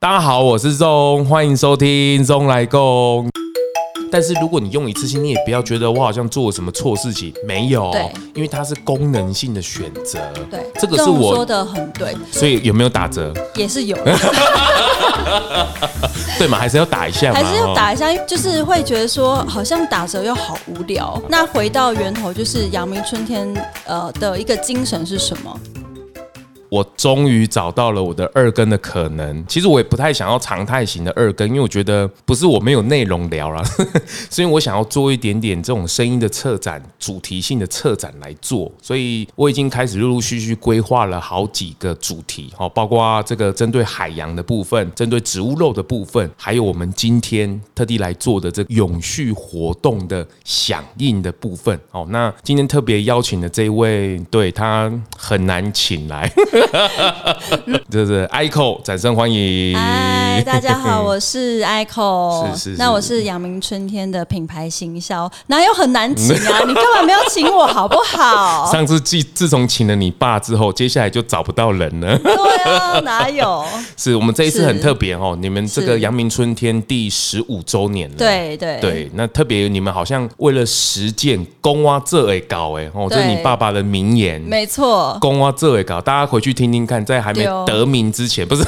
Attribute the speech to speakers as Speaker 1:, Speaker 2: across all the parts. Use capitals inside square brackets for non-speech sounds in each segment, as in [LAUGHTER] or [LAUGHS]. Speaker 1: 大家好，我是钟，欢迎收听钟来共。但是如果你用一次性，你也不要觉得我好像做了什么错事情，没有
Speaker 2: 对，
Speaker 1: 因为它是功能性的选择。
Speaker 2: 对，
Speaker 1: 这个是
Speaker 2: 仲说
Speaker 1: 我，
Speaker 2: 的很对，
Speaker 1: 所以有没有打
Speaker 2: [LAUGHS]
Speaker 1: 折？
Speaker 2: 也是
Speaker 1: [LAUGHS]
Speaker 2: 有，
Speaker 1: 对嘛，还是要打一下嘛，
Speaker 2: 还是要
Speaker 1: 哦
Speaker 2: 打一下，就是会觉得说好像打折又好无
Speaker 1: [LAUGHS]
Speaker 2: 聊。那回到源头，就是阳明春天呃的一个精神是什
Speaker 1: [LAUGHS]
Speaker 2: 么？
Speaker 1: 我终于找到了我的二更的可能。其实我也不太想要常态型的二更，因为我觉得不是我没有内容聊啦，所以我想要做一点点这种声音的策展、主题性的策展来做。所以我已经开始陆陆续续规划了好几个主题，哦，包括这个针对海洋的部分，针对植物肉的部分，还有我们今天特地来做的这个永续活动的响应的部分。哦，那今天特别邀请的这一位，对他很难请来。这是 Ico，掌声欢迎。
Speaker 2: 嗨，大家好，我是 Ico，
Speaker 1: [LAUGHS] 是是是
Speaker 2: 那我是阳明春天的品牌行销，哪有很难请啊？
Speaker 1: [LAUGHS]
Speaker 2: 你干嘛没有请我好不好？
Speaker 1: 上次自自从请了你爸之后，接下来就找不到人了。
Speaker 2: 对啊，哪有？
Speaker 1: 是我们这一次
Speaker 2: 是
Speaker 1: 很特别哦，你们这个
Speaker 2: 是
Speaker 1: 阳明春天第十五周年了。
Speaker 2: 对
Speaker 1: [LAUGHS]
Speaker 2: 对
Speaker 1: 对，那特别你们好像为了实践“公蛙这哎搞哎”哦，这
Speaker 2: 对
Speaker 1: 是你爸爸的名言。
Speaker 2: 没错，
Speaker 1: 公蛙这哎搞，大家回去听听看，在还没
Speaker 2: 对哦
Speaker 1: 得名之前，不
Speaker 2: [LAUGHS]
Speaker 1: 是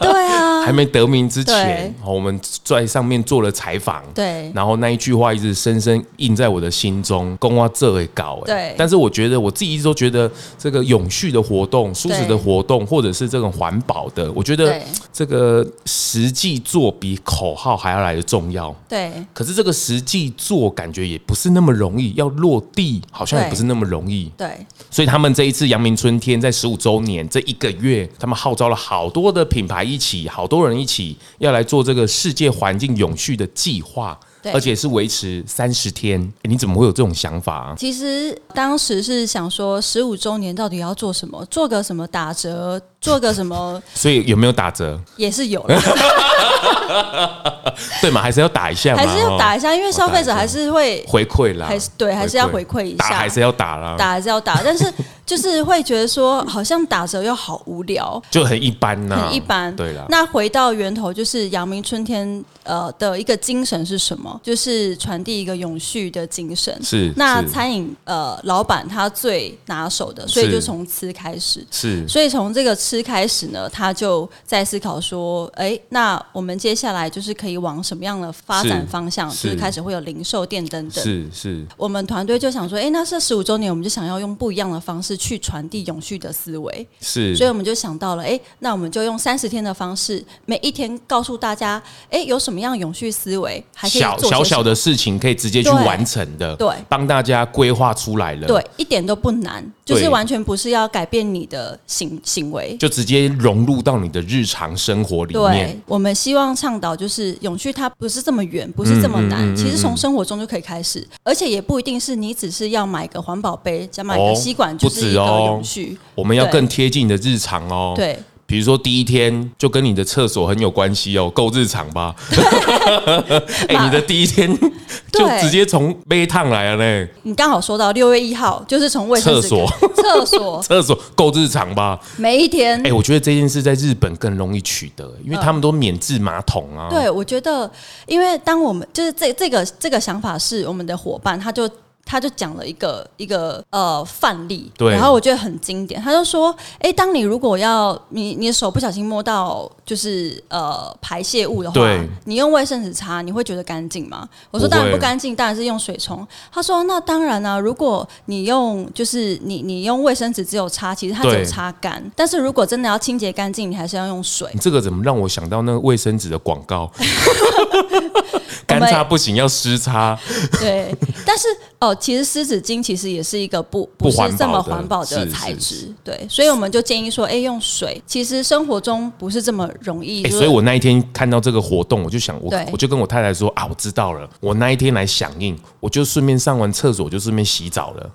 Speaker 2: 对啊，
Speaker 1: 还没得名之前
Speaker 2: 对，
Speaker 1: 哦我们在上面做了采访。
Speaker 2: 对
Speaker 1: 然后那一句话一直深深印在我的心中，公蛙这会搞哎。
Speaker 2: 对
Speaker 1: 但是我觉得我自己一直都觉得这个永续的活动、舒适的活动，或者是这种环保的，我觉得
Speaker 2: 对
Speaker 1: 这个实际做比口号还要来的重要。
Speaker 2: 对
Speaker 1: 可是这个实际做感觉也不是那么容易，要落地好像也
Speaker 2: 对
Speaker 1: 不是那么容易。
Speaker 2: 对
Speaker 1: 所以他们这一次阳明春天在十五周年这一个月，他们号召了好多的品牌一起，好多人一起要来做这个世界环境永续的计划。
Speaker 2: 对
Speaker 1: 而且是维持三十天、诶你怎么会有这种想法啊？
Speaker 2: 其实当时是想说，十五周年到底要做什么？做个什么打折？做个什么
Speaker 1: 所以有没有打折？
Speaker 2: 也是有了，
Speaker 1: [LAUGHS] 对嘛，还是要打一下嘛，
Speaker 2: 还是要打
Speaker 1: 哦
Speaker 2: 一下，因为消费者还是会
Speaker 1: 回馈啦，
Speaker 2: 还是对，还是要回馈一
Speaker 1: 打
Speaker 2: 下
Speaker 1: 还。是要打啦，
Speaker 2: 打还是要打，但是就是会觉得说，好像打折又好无聊，
Speaker 1: 就很一般呐、
Speaker 2: 很一般。
Speaker 1: 啊对啦，
Speaker 2: 那回到源头，就是阳明春天呃的一个精神是什么？就是传递一个永续的精神。
Speaker 1: 是
Speaker 2: 那
Speaker 1: 是
Speaker 2: 餐饮呃老板他最拿手的，所以
Speaker 1: 是
Speaker 2: 就从吃开始。
Speaker 1: 是
Speaker 2: 所以从这个吃开始呢，他就在思考说，哎、那我们接下来就是可以往什么样的发展
Speaker 1: 是
Speaker 2: 方向？
Speaker 1: 是
Speaker 2: 就是开始会有零售店等等。
Speaker 1: 是是
Speaker 2: 我们团队就想说，哎、那这十五周年，我们就想要用不一样的方式去传递永续的思维，
Speaker 1: 是，
Speaker 2: 所以我们就想到了，哎、那我们就用三十天的方式，每一天告诉大家，哎、有什么样永续思维，还可以
Speaker 1: 小
Speaker 2: 做
Speaker 1: 小
Speaker 2: 些什
Speaker 1: 小
Speaker 2: 么
Speaker 1: 的事情可以直接去
Speaker 2: 对
Speaker 1: 完成的，
Speaker 2: 对
Speaker 1: 帮大家规划出来了，
Speaker 2: 对，一点都不难，就是
Speaker 1: 对
Speaker 2: 完全不是要改变你的行行为。
Speaker 1: 就直接融入到你的日常生活里面
Speaker 2: 对。，我们希望倡导就是永续，它不是这么远，不是这么难，
Speaker 1: 嗯嗯嗯
Speaker 2: 其实从生活中就可以开始，而且也不一定是你只是要买个环保杯，加买
Speaker 1: 哦
Speaker 2: 个吸管，就
Speaker 1: 不
Speaker 2: 是
Speaker 1: 止
Speaker 2: 一个
Speaker 1: 哦
Speaker 2: 永续。
Speaker 1: 我们要
Speaker 2: 对
Speaker 1: 更贴近你的日常哦。，
Speaker 2: 对，
Speaker 1: 比如说第一天就跟你的厕所很有关系哦，够日常
Speaker 2: [LAUGHS]
Speaker 1: 吧？哎、你的第一天就直接从杯烫来了呢，
Speaker 2: 你刚好说到六月一号，就是从卫生纸
Speaker 1: 厕所
Speaker 2: 开厕所
Speaker 1: 厕所够日常吧？
Speaker 2: 每一天。
Speaker 1: 哎、我觉得这件事在日本更容易取得，因为他们都免治马桶啊。
Speaker 2: 嗯对，我觉得，因为当我们就是这这个这个想法是我们的伙伴，他就他就讲了一个一个呃范例，
Speaker 1: 对
Speaker 2: 然后我觉得很经典，他就说，哎，当你如果要你你的手不小心摸到就是呃排泄物的话
Speaker 1: 对，
Speaker 2: 你用卫生纸擦，你会觉得干净吗？我说
Speaker 1: 不
Speaker 2: 当然
Speaker 1: 会
Speaker 2: 不干净，当然是用水冲。他说那当然啊，如果你用就是你你用卫生纸只有擦，其实它只
Speaker 1: 对
Speaker 2: 有擦干，但是如果真的要清洁干净，你还是要用水。
Speaker 1: 你这个怎么让我想到那个卫生纸的广
Speaker 2: [LAUGHS]
Speaker 1: 告？ [LAUGHS] 干擦不行，要湿擦， [LAUGHS]
Speaker 2: 对，但是哦，其实湿纸巾其实也是一个不
Speaker 1: 不
Speaker 2: 不
Speaker 1: 环
Speaker 2: 是这
Speaker 1: 保
Speaker 2: 么
Speaker 1: 的
Speaker 2: 环保
Speaker 1: 是
Speaker 2: 的材
Speaker 1: 是
Speaker 2: 质，对，所以我们就建议说，哎，用水，其实生活中不是这么容易，
Speaker 1: 哎、
Speaker 2: 就是
Speaker 1: 所以我那一天看到这个活动，我就想，我
Speaker 2: 对
Speaker 1: 我就跟我太太说啊，我知道了，我那一天来响应，我就顺便上完厕所，我就顺便洗澡了。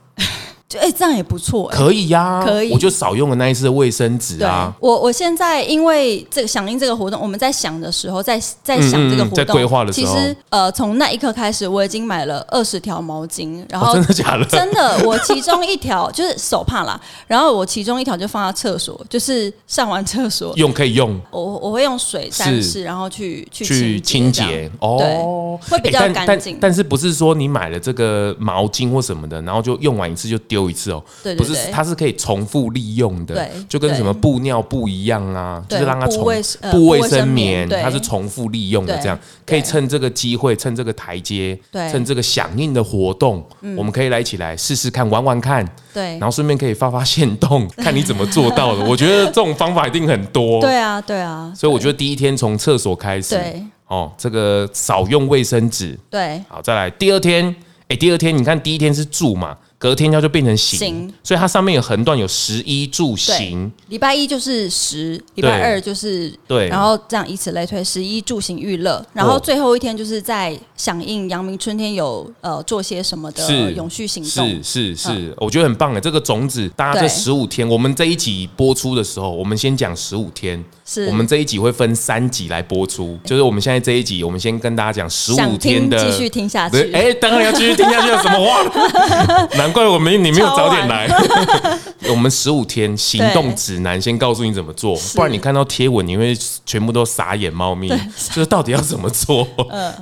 Speaker 2: 就哎、这样也不错、哎。
Speaker 1: 可以呀、
Speaker 2: 可以
Speaker 1: 我就少用了那一次的卫生纸
Speaker 2: 对
Speaker 1: 啊，。
Speaker 2: 我我现在因为这个响应这个活动，我们在想的时候，在在想这
Speaker 1: 嗯嗯
Speaker 2: 个
Speaker 1: 嗯
Speaker 2: 活
Speaker 1: 在
Speaker 2: 动，
Speaker 1: 规划的时候
Speaker 2: 其实呃，从那一刻开始，我已经买了二十条毛巾，然
Speaker 1: 哦
Speaker 2: 后、
Speaker 1: 真的假的？
Speaker 2: [LAUGHS] 真的，我其中一条就是手帕啦，然后我其中一条就放在厕所，就是上完厕所，
Speaker 1: 用可以用
Speaker 2: 我我会用水沾
Speaker 1: 是
Speaker 2: 湿，然后去去
Speaker 1: 去清
Speaker 2: 这样
Speaker 1: 洁哦，
Speaker 2: 会比较
Speaker 1: 欸但
Speaker 2: 干
Speaker 1: 但
Speaker 2: 净
Speaker 1: 但是不是说你买了这个毛巾或什么的，然后就用完一次就丢一次哦？
Speaker 2: 对对
Speaker 1: 不是
Speaker 2: 对，
Speaker 1: 它是可以重复利用的
Speaker 2: 对，
Speaker 1: 就跟什么布尿布一样啊，就
Speaker 2: 对
Speaker 1: 是让它
Speaker 2: 布
Speaker 1: 重
Speaker 2: 卫呃
Speaker 1: 布
Speaker 2: 布
Speaker 1: 卫
Speaker 2: 卫
Speaker 1: 生
Speaker 2: 生棉
Speaker 1: 棉，
Speaker 2: 对
Speaker 1: 它是重复利用的，
Speaker 2: 对
Speaker 1: 这样可以
Speaker 2: 对
Speaker 1: 趁这个机会，趁这个台阶，
Speaker 2: 对嗯
Speaker 1: 趁这个响应的活动，我们可以来一起来试试看，玩玩看，
Speaker 2: 对
Speaker 1: 然后顺便可以发发现动，看你怎么做到的。我觉得这种方法一定很多，
Speaker 2: 对啊对啊，
Speaker 1: 所以我觉得第一天从厕所开始，
Speaker 2: 对
Speaker 1: 哦，这个少用卫生纸，
Speaker 2: 对
Speaker 1: 好，再来第二天，哎，第二天你看第一天是住嘛，隔天它就变成行，
Speaker 2: 行
Speaker 1: 所以它上面有横段有十一住行
Speaker 2: 对，，礼拜一就是十，礼
Speaker 1: 对
Speaker 2: 拜二就是
Speaker 1: 对哦
Speaker 2: 然后这样以此类推，十一住行娱乐，然后最后一天就是在响应阳明春天有呃做些什么的
Speaker 1: 是
Speaker 2: 永续行动嗯
Speaker 1: 是。是是，我觉得很棒的这个种子，大家这
Speaker 2: 对
Speaker 1: 十五天，我们这一集播出的时候，我们先讲十五天，
Speaker 2: 是
Speaker 1: 我们这一集会分三集来播出，就是我们现在这一集，我们先跟大家讲十五
Speaker 2: 想
Speaker 1: 天
Speaker 2: 听
Speaker 1: 的，
Speaker 2: 继续听下
Speaker 1: 对
Speaker 2: 去，
Speaker 1: 哎、当然要继续听下去了，什么话？ [LAUGHS] 难怪我们你没有早点来。 [LAUGHS] 我们十五天行动指南先告诉你怎么做，不然你看到贴文你会全部都傻眼猫咪， [LAUGHS] 就是到底要怎么做？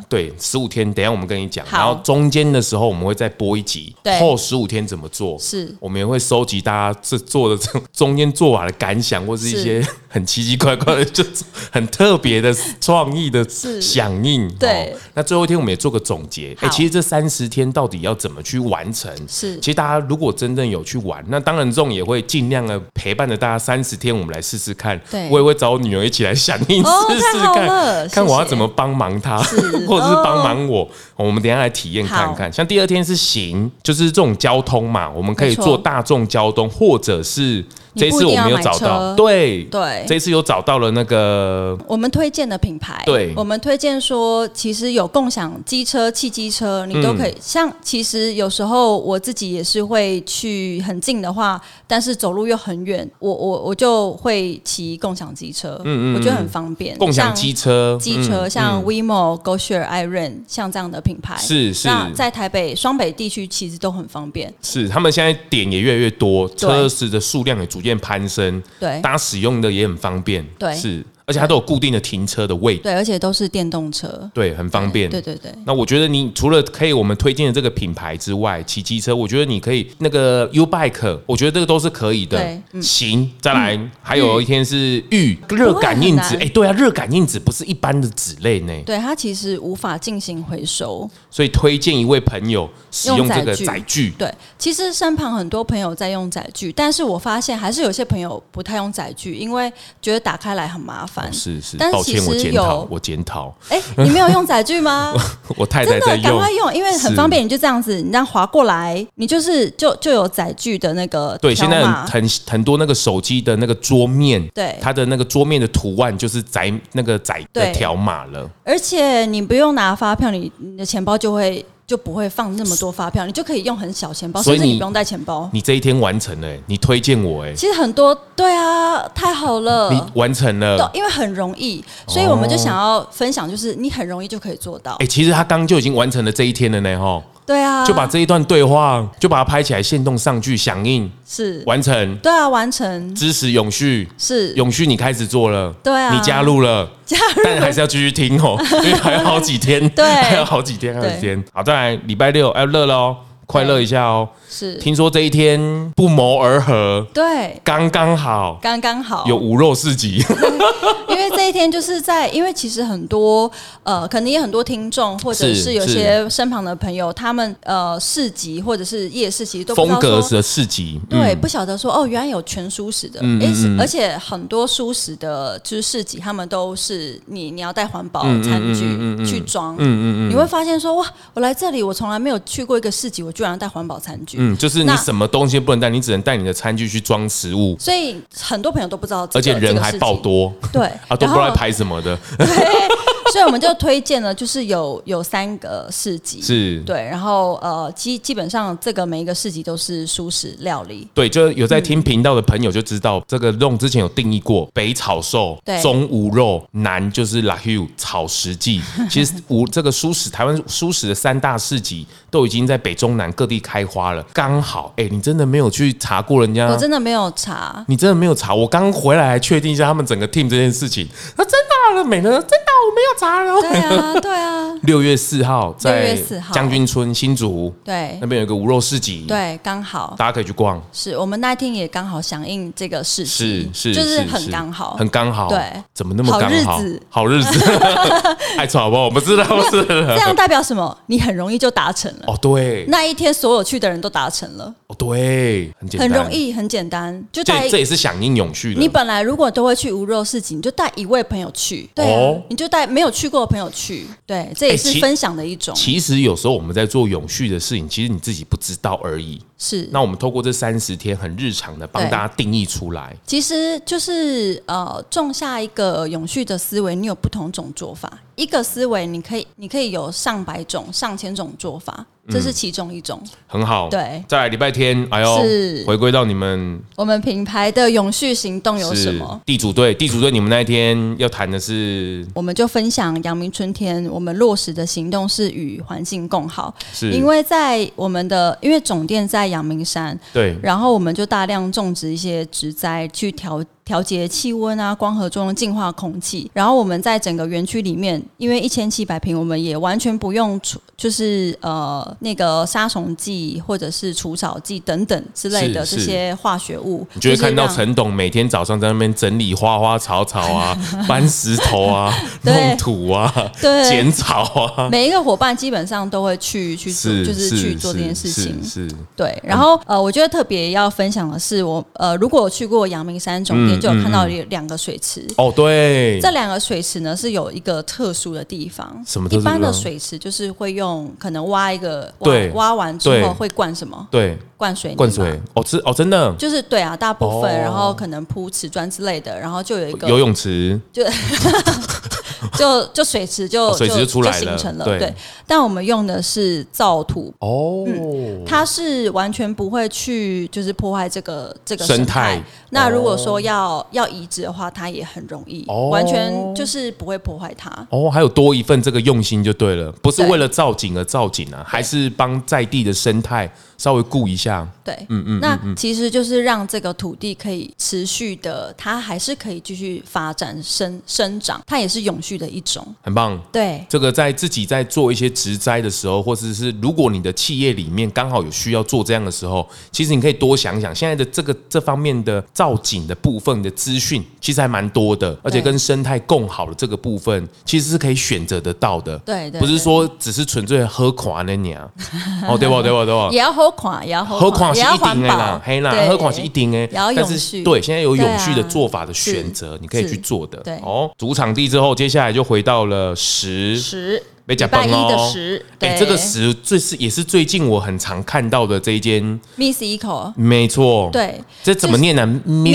Speaker 1: 对，十五天，等一下我们跟你讲，
Speaker 2: 好
Speaker 1: 然后中间的时候我们会再播一集
Speaker 2: 对，
Speaker 1: 后十五天怎么做？
Speaker 2: 是
Speaker 1: 我们也会收集大家这做的这中间做法的感想，或是一
Speaker 2: 是
Speaker 1: 些 [LAUGHS] 很奇奇怪怪的，就是很特别的创意的
Speaker 2: [LAUGHS] 是
Speaker 1: 响应。
Speaker 2: 对
Speaker 1: 哦那最后一天我们也做个总结，哎、
Speaker 2: 好
Speaker 1: 其实这三十天到底要怎么去完成？
Speaker 2: 是
Speaker 1: 其实大家如果真正有去玩，那当然仲也会尽量的陪伴着大家三十天，我们来试试看。
Speaker 2: 对
Speaker 1: 我也会找我女儿一起来响应
Speaker 2: 哦
Speaker 1: [LAUGHS] 试试
Speaker 2: 太好
Speaker 1: 看，
Speaker 2: 了
Speaker 1: 看
Speaker 2: 谢哦
Speaker 1: 我要
Speaker 2: 谢
Speaker 1: 怎么帮忙她， [LAUGHS] 或者是帮忙我。哦我们等一下来体验看看。像第二天是行，就是这种交通嘛，我们可以
Speaker 2: 没错
Speaker 1: 坐大众交通，或者是这一次
Speaker 2: 你
Speaker 1: 我
Speaker 2: 不一定要
Speaker 1: 们有
Speaker 2: 买
Speaker 1: 找到，
Speaker 2: 车
Speaker 1: 对
Speaker 2: 对
Speaker 1: 这一次有找到了那个
Speaker 2: 我们推荐的品牌，
Speaker 1: 对
Speaker 2: 我们推荐说，其实有共享机车、汽机车，你都可以。
Speaker 1: 嗯
Speaker 2: 像其实有时候我自己也是会去很近的话，但是走路又很远，我我我就会骑共享机车，嗯嗯我觉得很方便。
Speaker 1: 共享机车，
Speaker 2: 像机车，
Speaker 1: 嗯
Speaker 2: 像
Speaker 1: 嗯
Speaker 2: WeMo、GoShare、Iron，像这样的品牌，
Speaker 1: 是是
Speaker 2: 那在台北、双北地区其实都很方便。
Speaker 1: 是他们现在点也越来越多，车子的数量也逐渐攀升，
Speaker 2: 对
Speaker 1: 大家使用的也很方便，
Speaker 2: 对
Speaker 1: 是，而且它都有固定的停车的位置，
Speaker 2: 对，而且都是电动车，
Speaker 1: 对，很方便，
Speaker 2: 对对对，对
Speaker 1: 那我觉得你除了可以我们推荐的这个品牌之外，骑机车，我觉得你可以那个 U Bike，我觉得这个都是可以的
Speaker 2: 对。嗯
Speaker 1: 行，再来，还有一天是玉热感应纸，
Speaker 2: 不会很难
Speaker 1: 哎、对啊，热感应纸不是一般的纸类呢，
Speaker 2: 对它其实无法进行回收。
Speaker 1: 所以推荐一位朋友使用这个
Speaker 2: 用载具
Speaker 1: 载具。
Speaker 2: 对，其实身旁很多朋友在用载具，但是我发现还是有些朋友不太用载具，因为觉得打开来很麻烦。
Speaker 1: 哦是是，
Speaker 2: 但
Speaker 1: 抱
Speaker 2: 其
Speaker 1: 歉，我
Speaker 2: 实
Speaker 1: 检讨
Speaker 2: 有，，
Speaker 1: 我检讨， [LAUGHS]
Speaker 2: 哎、你没有用载具吗？
Speaker 1: 我太太
Speaker 2: 真
Speaker 1: 在
Speaker 2: 的，赶
Speaker 1: 用
Speaker 2: 快。用，因为很
Speaker 1: 是
Speaker 2: 方便，你就这样子，你这样滑过来，你就是就就有载具的那个
Speaker 1: 对，
Speaker 2: 条
Speaker 1: 现在
Speaker 2: 码
Speaker 1: 很很很多那个手机的那个桌面，
Speaker 2: 对
Speaker 1: 它的那个桌面的图案就是载那个载的
Speaker 2: 对
Speaker 1: 条码了。
Speaker 2: 而且你不用拿发票，你你的钱包就会就不会放那么多发票，你就可以用很小钱包，
Speaker 1: 所以
Speaker 2: 甚至你
Speaker 1: 你
Speaker 2: 不用带钱包。
Speaker 1: 你这一天完成了、哎你推荐我、哎，
Speaker 2: 其实很多对啊，太好了，
Speaker 1: 你哦完成
Speaker 2: 对
Speaker 1: 了，。
Speaker 2: 因为很容易，所以我们就想要分享，就是你很容易就可以做到
Speaker 1: 哎、。其实他刚就已经完成了这一天了呢，哈，
Speaker 2: 对啊，
Speaker 1: 就把这一段对话就把它拍起来，现动上去响应
Speaker 2: 是，
Speaker 1: 完成，
Speaker 2: 对啊，完成
Speaker 1: 支持永续，
Speaker 2: 是
Speaker 1: 永续你开始做了，
Speaker 2: 对啊
Speaker 1: 你加入了，
Speaker 2: [LAUGHS] 加
Speaker 1: 但还
Speaker 2: 入
Speaker 1: 是要继续听哦，因为还有好几天，
Speaker 2: [LAUGHS] 对
Speaker 1: 还有好几天，还有
Speaker 2: 对
Speaker 1: 几天。好，再来礼拜六哎要乐喽，快乐一下哦。
Speaker 2: [LAUGHS] 是，
Speaker 1: 听说这一天不谋而合，
Speaker 2: 对，
Speaker 1: 刚刚好。
Speaker 2: 刚刚好。
Speaker 1: 有无肉市集，
Speaker 2: 因为这一天就是在，因为其实很多呃，可能也很多听众，或者
Speaker 1: 是
Speaker 2: 是有些身旁的朋友，他们呃市集或者是夜市，其实都不知
Speaker 1: 风
Speaker 2: 道
Speaker 1: 格嗯
Speaker 2: 说
Speaker 1: 的市集，
Speaker 2: 对，不晓得说哦，原来有全素食的，
Speaker 1: 嗯
Speaker 2: 诶是而且很多素食的就是市集，他们都是你你要带环保
Speaker 1: 嗯
Speaker 2: 餐具去装，你会发现说哇，我来这里我从来没有去过一个市集，我居然要带环保餐具，
Speaker 1: 嗯，就是你
Speaker 2: 那
Speaker 1: 什么东西不能带，你只能带你的餐具去装食物，
Speaker 2: 所以很多朋友都不知道这个，
Speaker 1: 而且
Speaker 2: 这
Speaker 1: 人
Speaker 2: 个
Speaker 1: 还
Speaker 2: 市集
Speaker 1: 爆多，
Speaker 2: 对
Speaker 1: 啊，都
Speaker 2: 然
Speaker 1: 不知道
Speaker 2: 后
Speaker 1: 在拍什么的，
Speaker 2: [LAUGHS] 所以我们就推荐了，就是有有三个市集，
Speaker 1: 是
Speaker 2: 对，然后呃基基本上这个每一个市集都是素食料理，
Speaker 1: 对，就是有在
Speaker 2: 嗯
Speaker 1: 听频道的朋友就知道，这个弄之前有定义过北草兽
Speaker 2: 对、
Speaker 1: 中无肉、南就是拉 u 草食
Speaker 2: [LAUGHS]
Speaker 1: 记。其实无这个素食，台湾素食的三大市集都已经在北中南各地开花了，刚好。哎、你真的没有去查过人家？
Speaker 2: 我真的没有查，
Speaker 1: [LAUGHS] 你真的没有查？我刚回来还确定一下他们整个 team 这件事情。那、真的啊美呢？真的啊我没有查。然后
Speaker 2: 对啊，对啊，
Speaker 1: 六月四号在
Speaker 2: 6月4号
Speaker 1: 将军村新竹
Speaker 2: 对
Speaker 1: 那边有一个无肉市集，
Speaker 2: 哎对，刚好
Speaker 1: 大家可以去逛。
Speaker 2: 是我们那天也刚好响应这个市
Speaker 1: 是
Speaker 2: 集，
Speaker 1: 是，
Speaker 2: 嗯就是
Speaker 1: 是
Speaker 2: 很刚好，
Speaker 1: 很刚好，
Speaker 2: 对
Speaker 1: 怎么那么刚好？
Speaker 2: 好日子，
Speaker 1: 好日
Speaker 2: [LAUGHS]
Speaker 1: 子，爱吃好不好？我们知道是 [LAUGHS]
Speaker 2: 这样代表什么？你很容易就达成了。
Speaker 1: 哦，对，
Speaker 2: 那一天所有去的人都达成了，
Speaker 1: 哦对，很简
Speaker 2: 很
Speaker 1: 单，
Speaker 2: 容。易，很简单，就带
Speaker 1: 这这也是响应永续的，
Speaker 2: 你本来如果都会去无肉市集，你就带一位朋友去，对、啊
Speaker 1: 哦
Speaker 2: 你就带没有去过的朋友去，对，这也
Speaker 1: 哎其
Speaker 2: 是分享的一种，
Speaker 1: 其实有时候我们在做永续的事情，其实你自己不知道而已。
Speaker 2: 是。
Speaker 1: 那我们透过这三十天，很日常的帮
Speaker 2: 嗯对
Speaker 1: 大家定义出来。
Speaker 2: 其实就是呃，种下一个永续的思维，你有不同种做法。一个思维，你可以你可以有上百种、上千种做法，
Speaker 1: 嗯
Speaker 2: 这是其中一种。
Speaker 1: 很好，
Speaker 2: 对
Speaker 1: 再来礼拜天，哎呦
Speaker 2: 是，
Speaker 1: 回归到你们
Speaker 2: 我们品牌的永续行动有什
Speaker 1: 是
Speaker 2: 么？
Speaker 1: 地主队，地主队，你们那一天要谈的是
Speaker 2: 我们就分享阳明春天我们落实的行动是与环境共好，
Speaker 1: 是，
Speaker 2: 因为在我们的因为总店在阳明山，
Speaker 1: 对
Speaker 2: 然后我们就大量种植一些植栽去调调节气温啊，光合作用净化空气。然后我们在整个园区里面，因为一千七百平，我们也完全不用除，就是呃那个杀虫剂或者是除草剂等等之类的
Speaker 1: 是
Speaker 2: 这些化学物，
Speaker 1: 你就会
Speaker 2: 是
Speaker 1: 看到
Speaker 2: 让
Speaker 1: 陈董每天早上在那边整理花花草草
Speaker 2: [LAUGHS]
Speaker 1: 啊，搬石头啊，
Speaker 2: 对
Speaker 1: 弄土啊，
Speaker 2: 对
Speaker 1: 剪草
Speaker 2: [LAUGHS]
Speaker 1: 啊，
Speaker 2: 每一个伙伴基本上都会去去做，就是去做这件事情。
Speaker 1: 是嗯是
Speaker 2: 对，然后呃，我觉得特别要分享的是，我呃，如果有去过阳明山总
Speaker 1: 嗯
Speaker 2: 店，就有看到
Speaker 1: 嗯
Speaker 2: 有两个水池。
Speaker 1: 哦，对，
Speaker 2: 这两个水池呢是有一个特殊的地方，
Speaker 1: 什么特
Speaker 2: 一
Speaker 1: 殊地方
Speaker 2: 般的水池就是会用可能挖一个挖
Speaker 1: 对
Speaker 2: 挖完之
Speaker 1: 对
Speaker 2: 后会灌什么？
Speaker 1: 对
Speaker 2: 灌水泥
Speaker 1: 灌
Speaker 2: 嘛
Speaker 1: 水哦，是哦，真的
Speaker 2: 就是对啊，大部分，
Speaker 1: 哦
Speaker 2: 然后可能铺瓷砖之类的，然后就有一个
Speaker 1: 游泳池
Speaker 2: 就就水池就、
Speaker 1: 哦水池就出来了
Speaker 2: 形成了
Speaker 1: 对
Speaker 2: 对。但我们用的是造土
Speaker 1: 哦，
Speaker 2: 它是完全不会去就是破坏这个这个
Speaker 1: 生
Speaker 2: 生
Speaker 1: 态
Speaker 2: 态。那如果说要、要移植的话，它也很容易，
Speaker 1: 哦
Speaker 2: 完全就是不会破坏它。
Speaker 1: 哦，还有多一份这个用心就对了，不是
Speaker 2: 对
Speaker 1: 为了造景而造景啊，还是帮在地的生态稍微顾一下。
Speaker 2: 对，嗯嗯那其实就是让这个土地可以持续的，它还是可以继续发展生生长，它也是永续的一种。
Speaker 1: 很棒。
Speaker 2: 对，
Speaker 1: 这个在自己在做一些植栽的时候，或者是如果你的企业里面刚好有需要做这样的时候，其实你可以多想想现在的这个这方面的造景的部分的资讯，其实还蛮多的，而且跟生态共好的这个部分，其实是可以选择得到的。
Speaker 2: 对对
Speaker 1: 不是说只是纯粹喝垮那你啊，哦对吧对吧对吧。
Speaker 2: [LAUGHS] 也要喝垮，也要
Speaker 1: 喝
Speaker 2: 喝
Speaker 1: 垮是
Speaker 2: 也要
Speaker 1: 一
Speaker 2: 环
Speaker 1: 定的啦
Speaker 2: 保，，
Speaker 1: 黑啦，
Speaker 2: 对
Speaker 1: 喝垮是一定哎，
Speaker 2: 也要
Speaker 1: 但
Speaker 2: 永
Speaker 1: 是
Speaker 2: 续
Speaker 1: 对，现在有永续的
Speaker 2: 对啊
Speaker 1: 做法的
Speaker 2: 是
Speaker 1: 选择，你可以
Speaker 2: 是
Speaker 1: 去做的。
Speaker 2: 对
Speaker 1: 哦，主场地之后，接下来就回到了十
Speaker 2: 十，
Speaker 1: 没假
Speaker 2: 礼拜
Speaker 1: 崩哦
Speaker 2: 一的十，
Speaker 1: 哎、
Speaker 2: 对，
Speaker 1: 这个石最是也是最近我很常看到的这一间，
Speaker 2: miss 一口，
Speaker 1: 没错，，
Speaker 2: 对，
Speaker 1: 这怎么念呢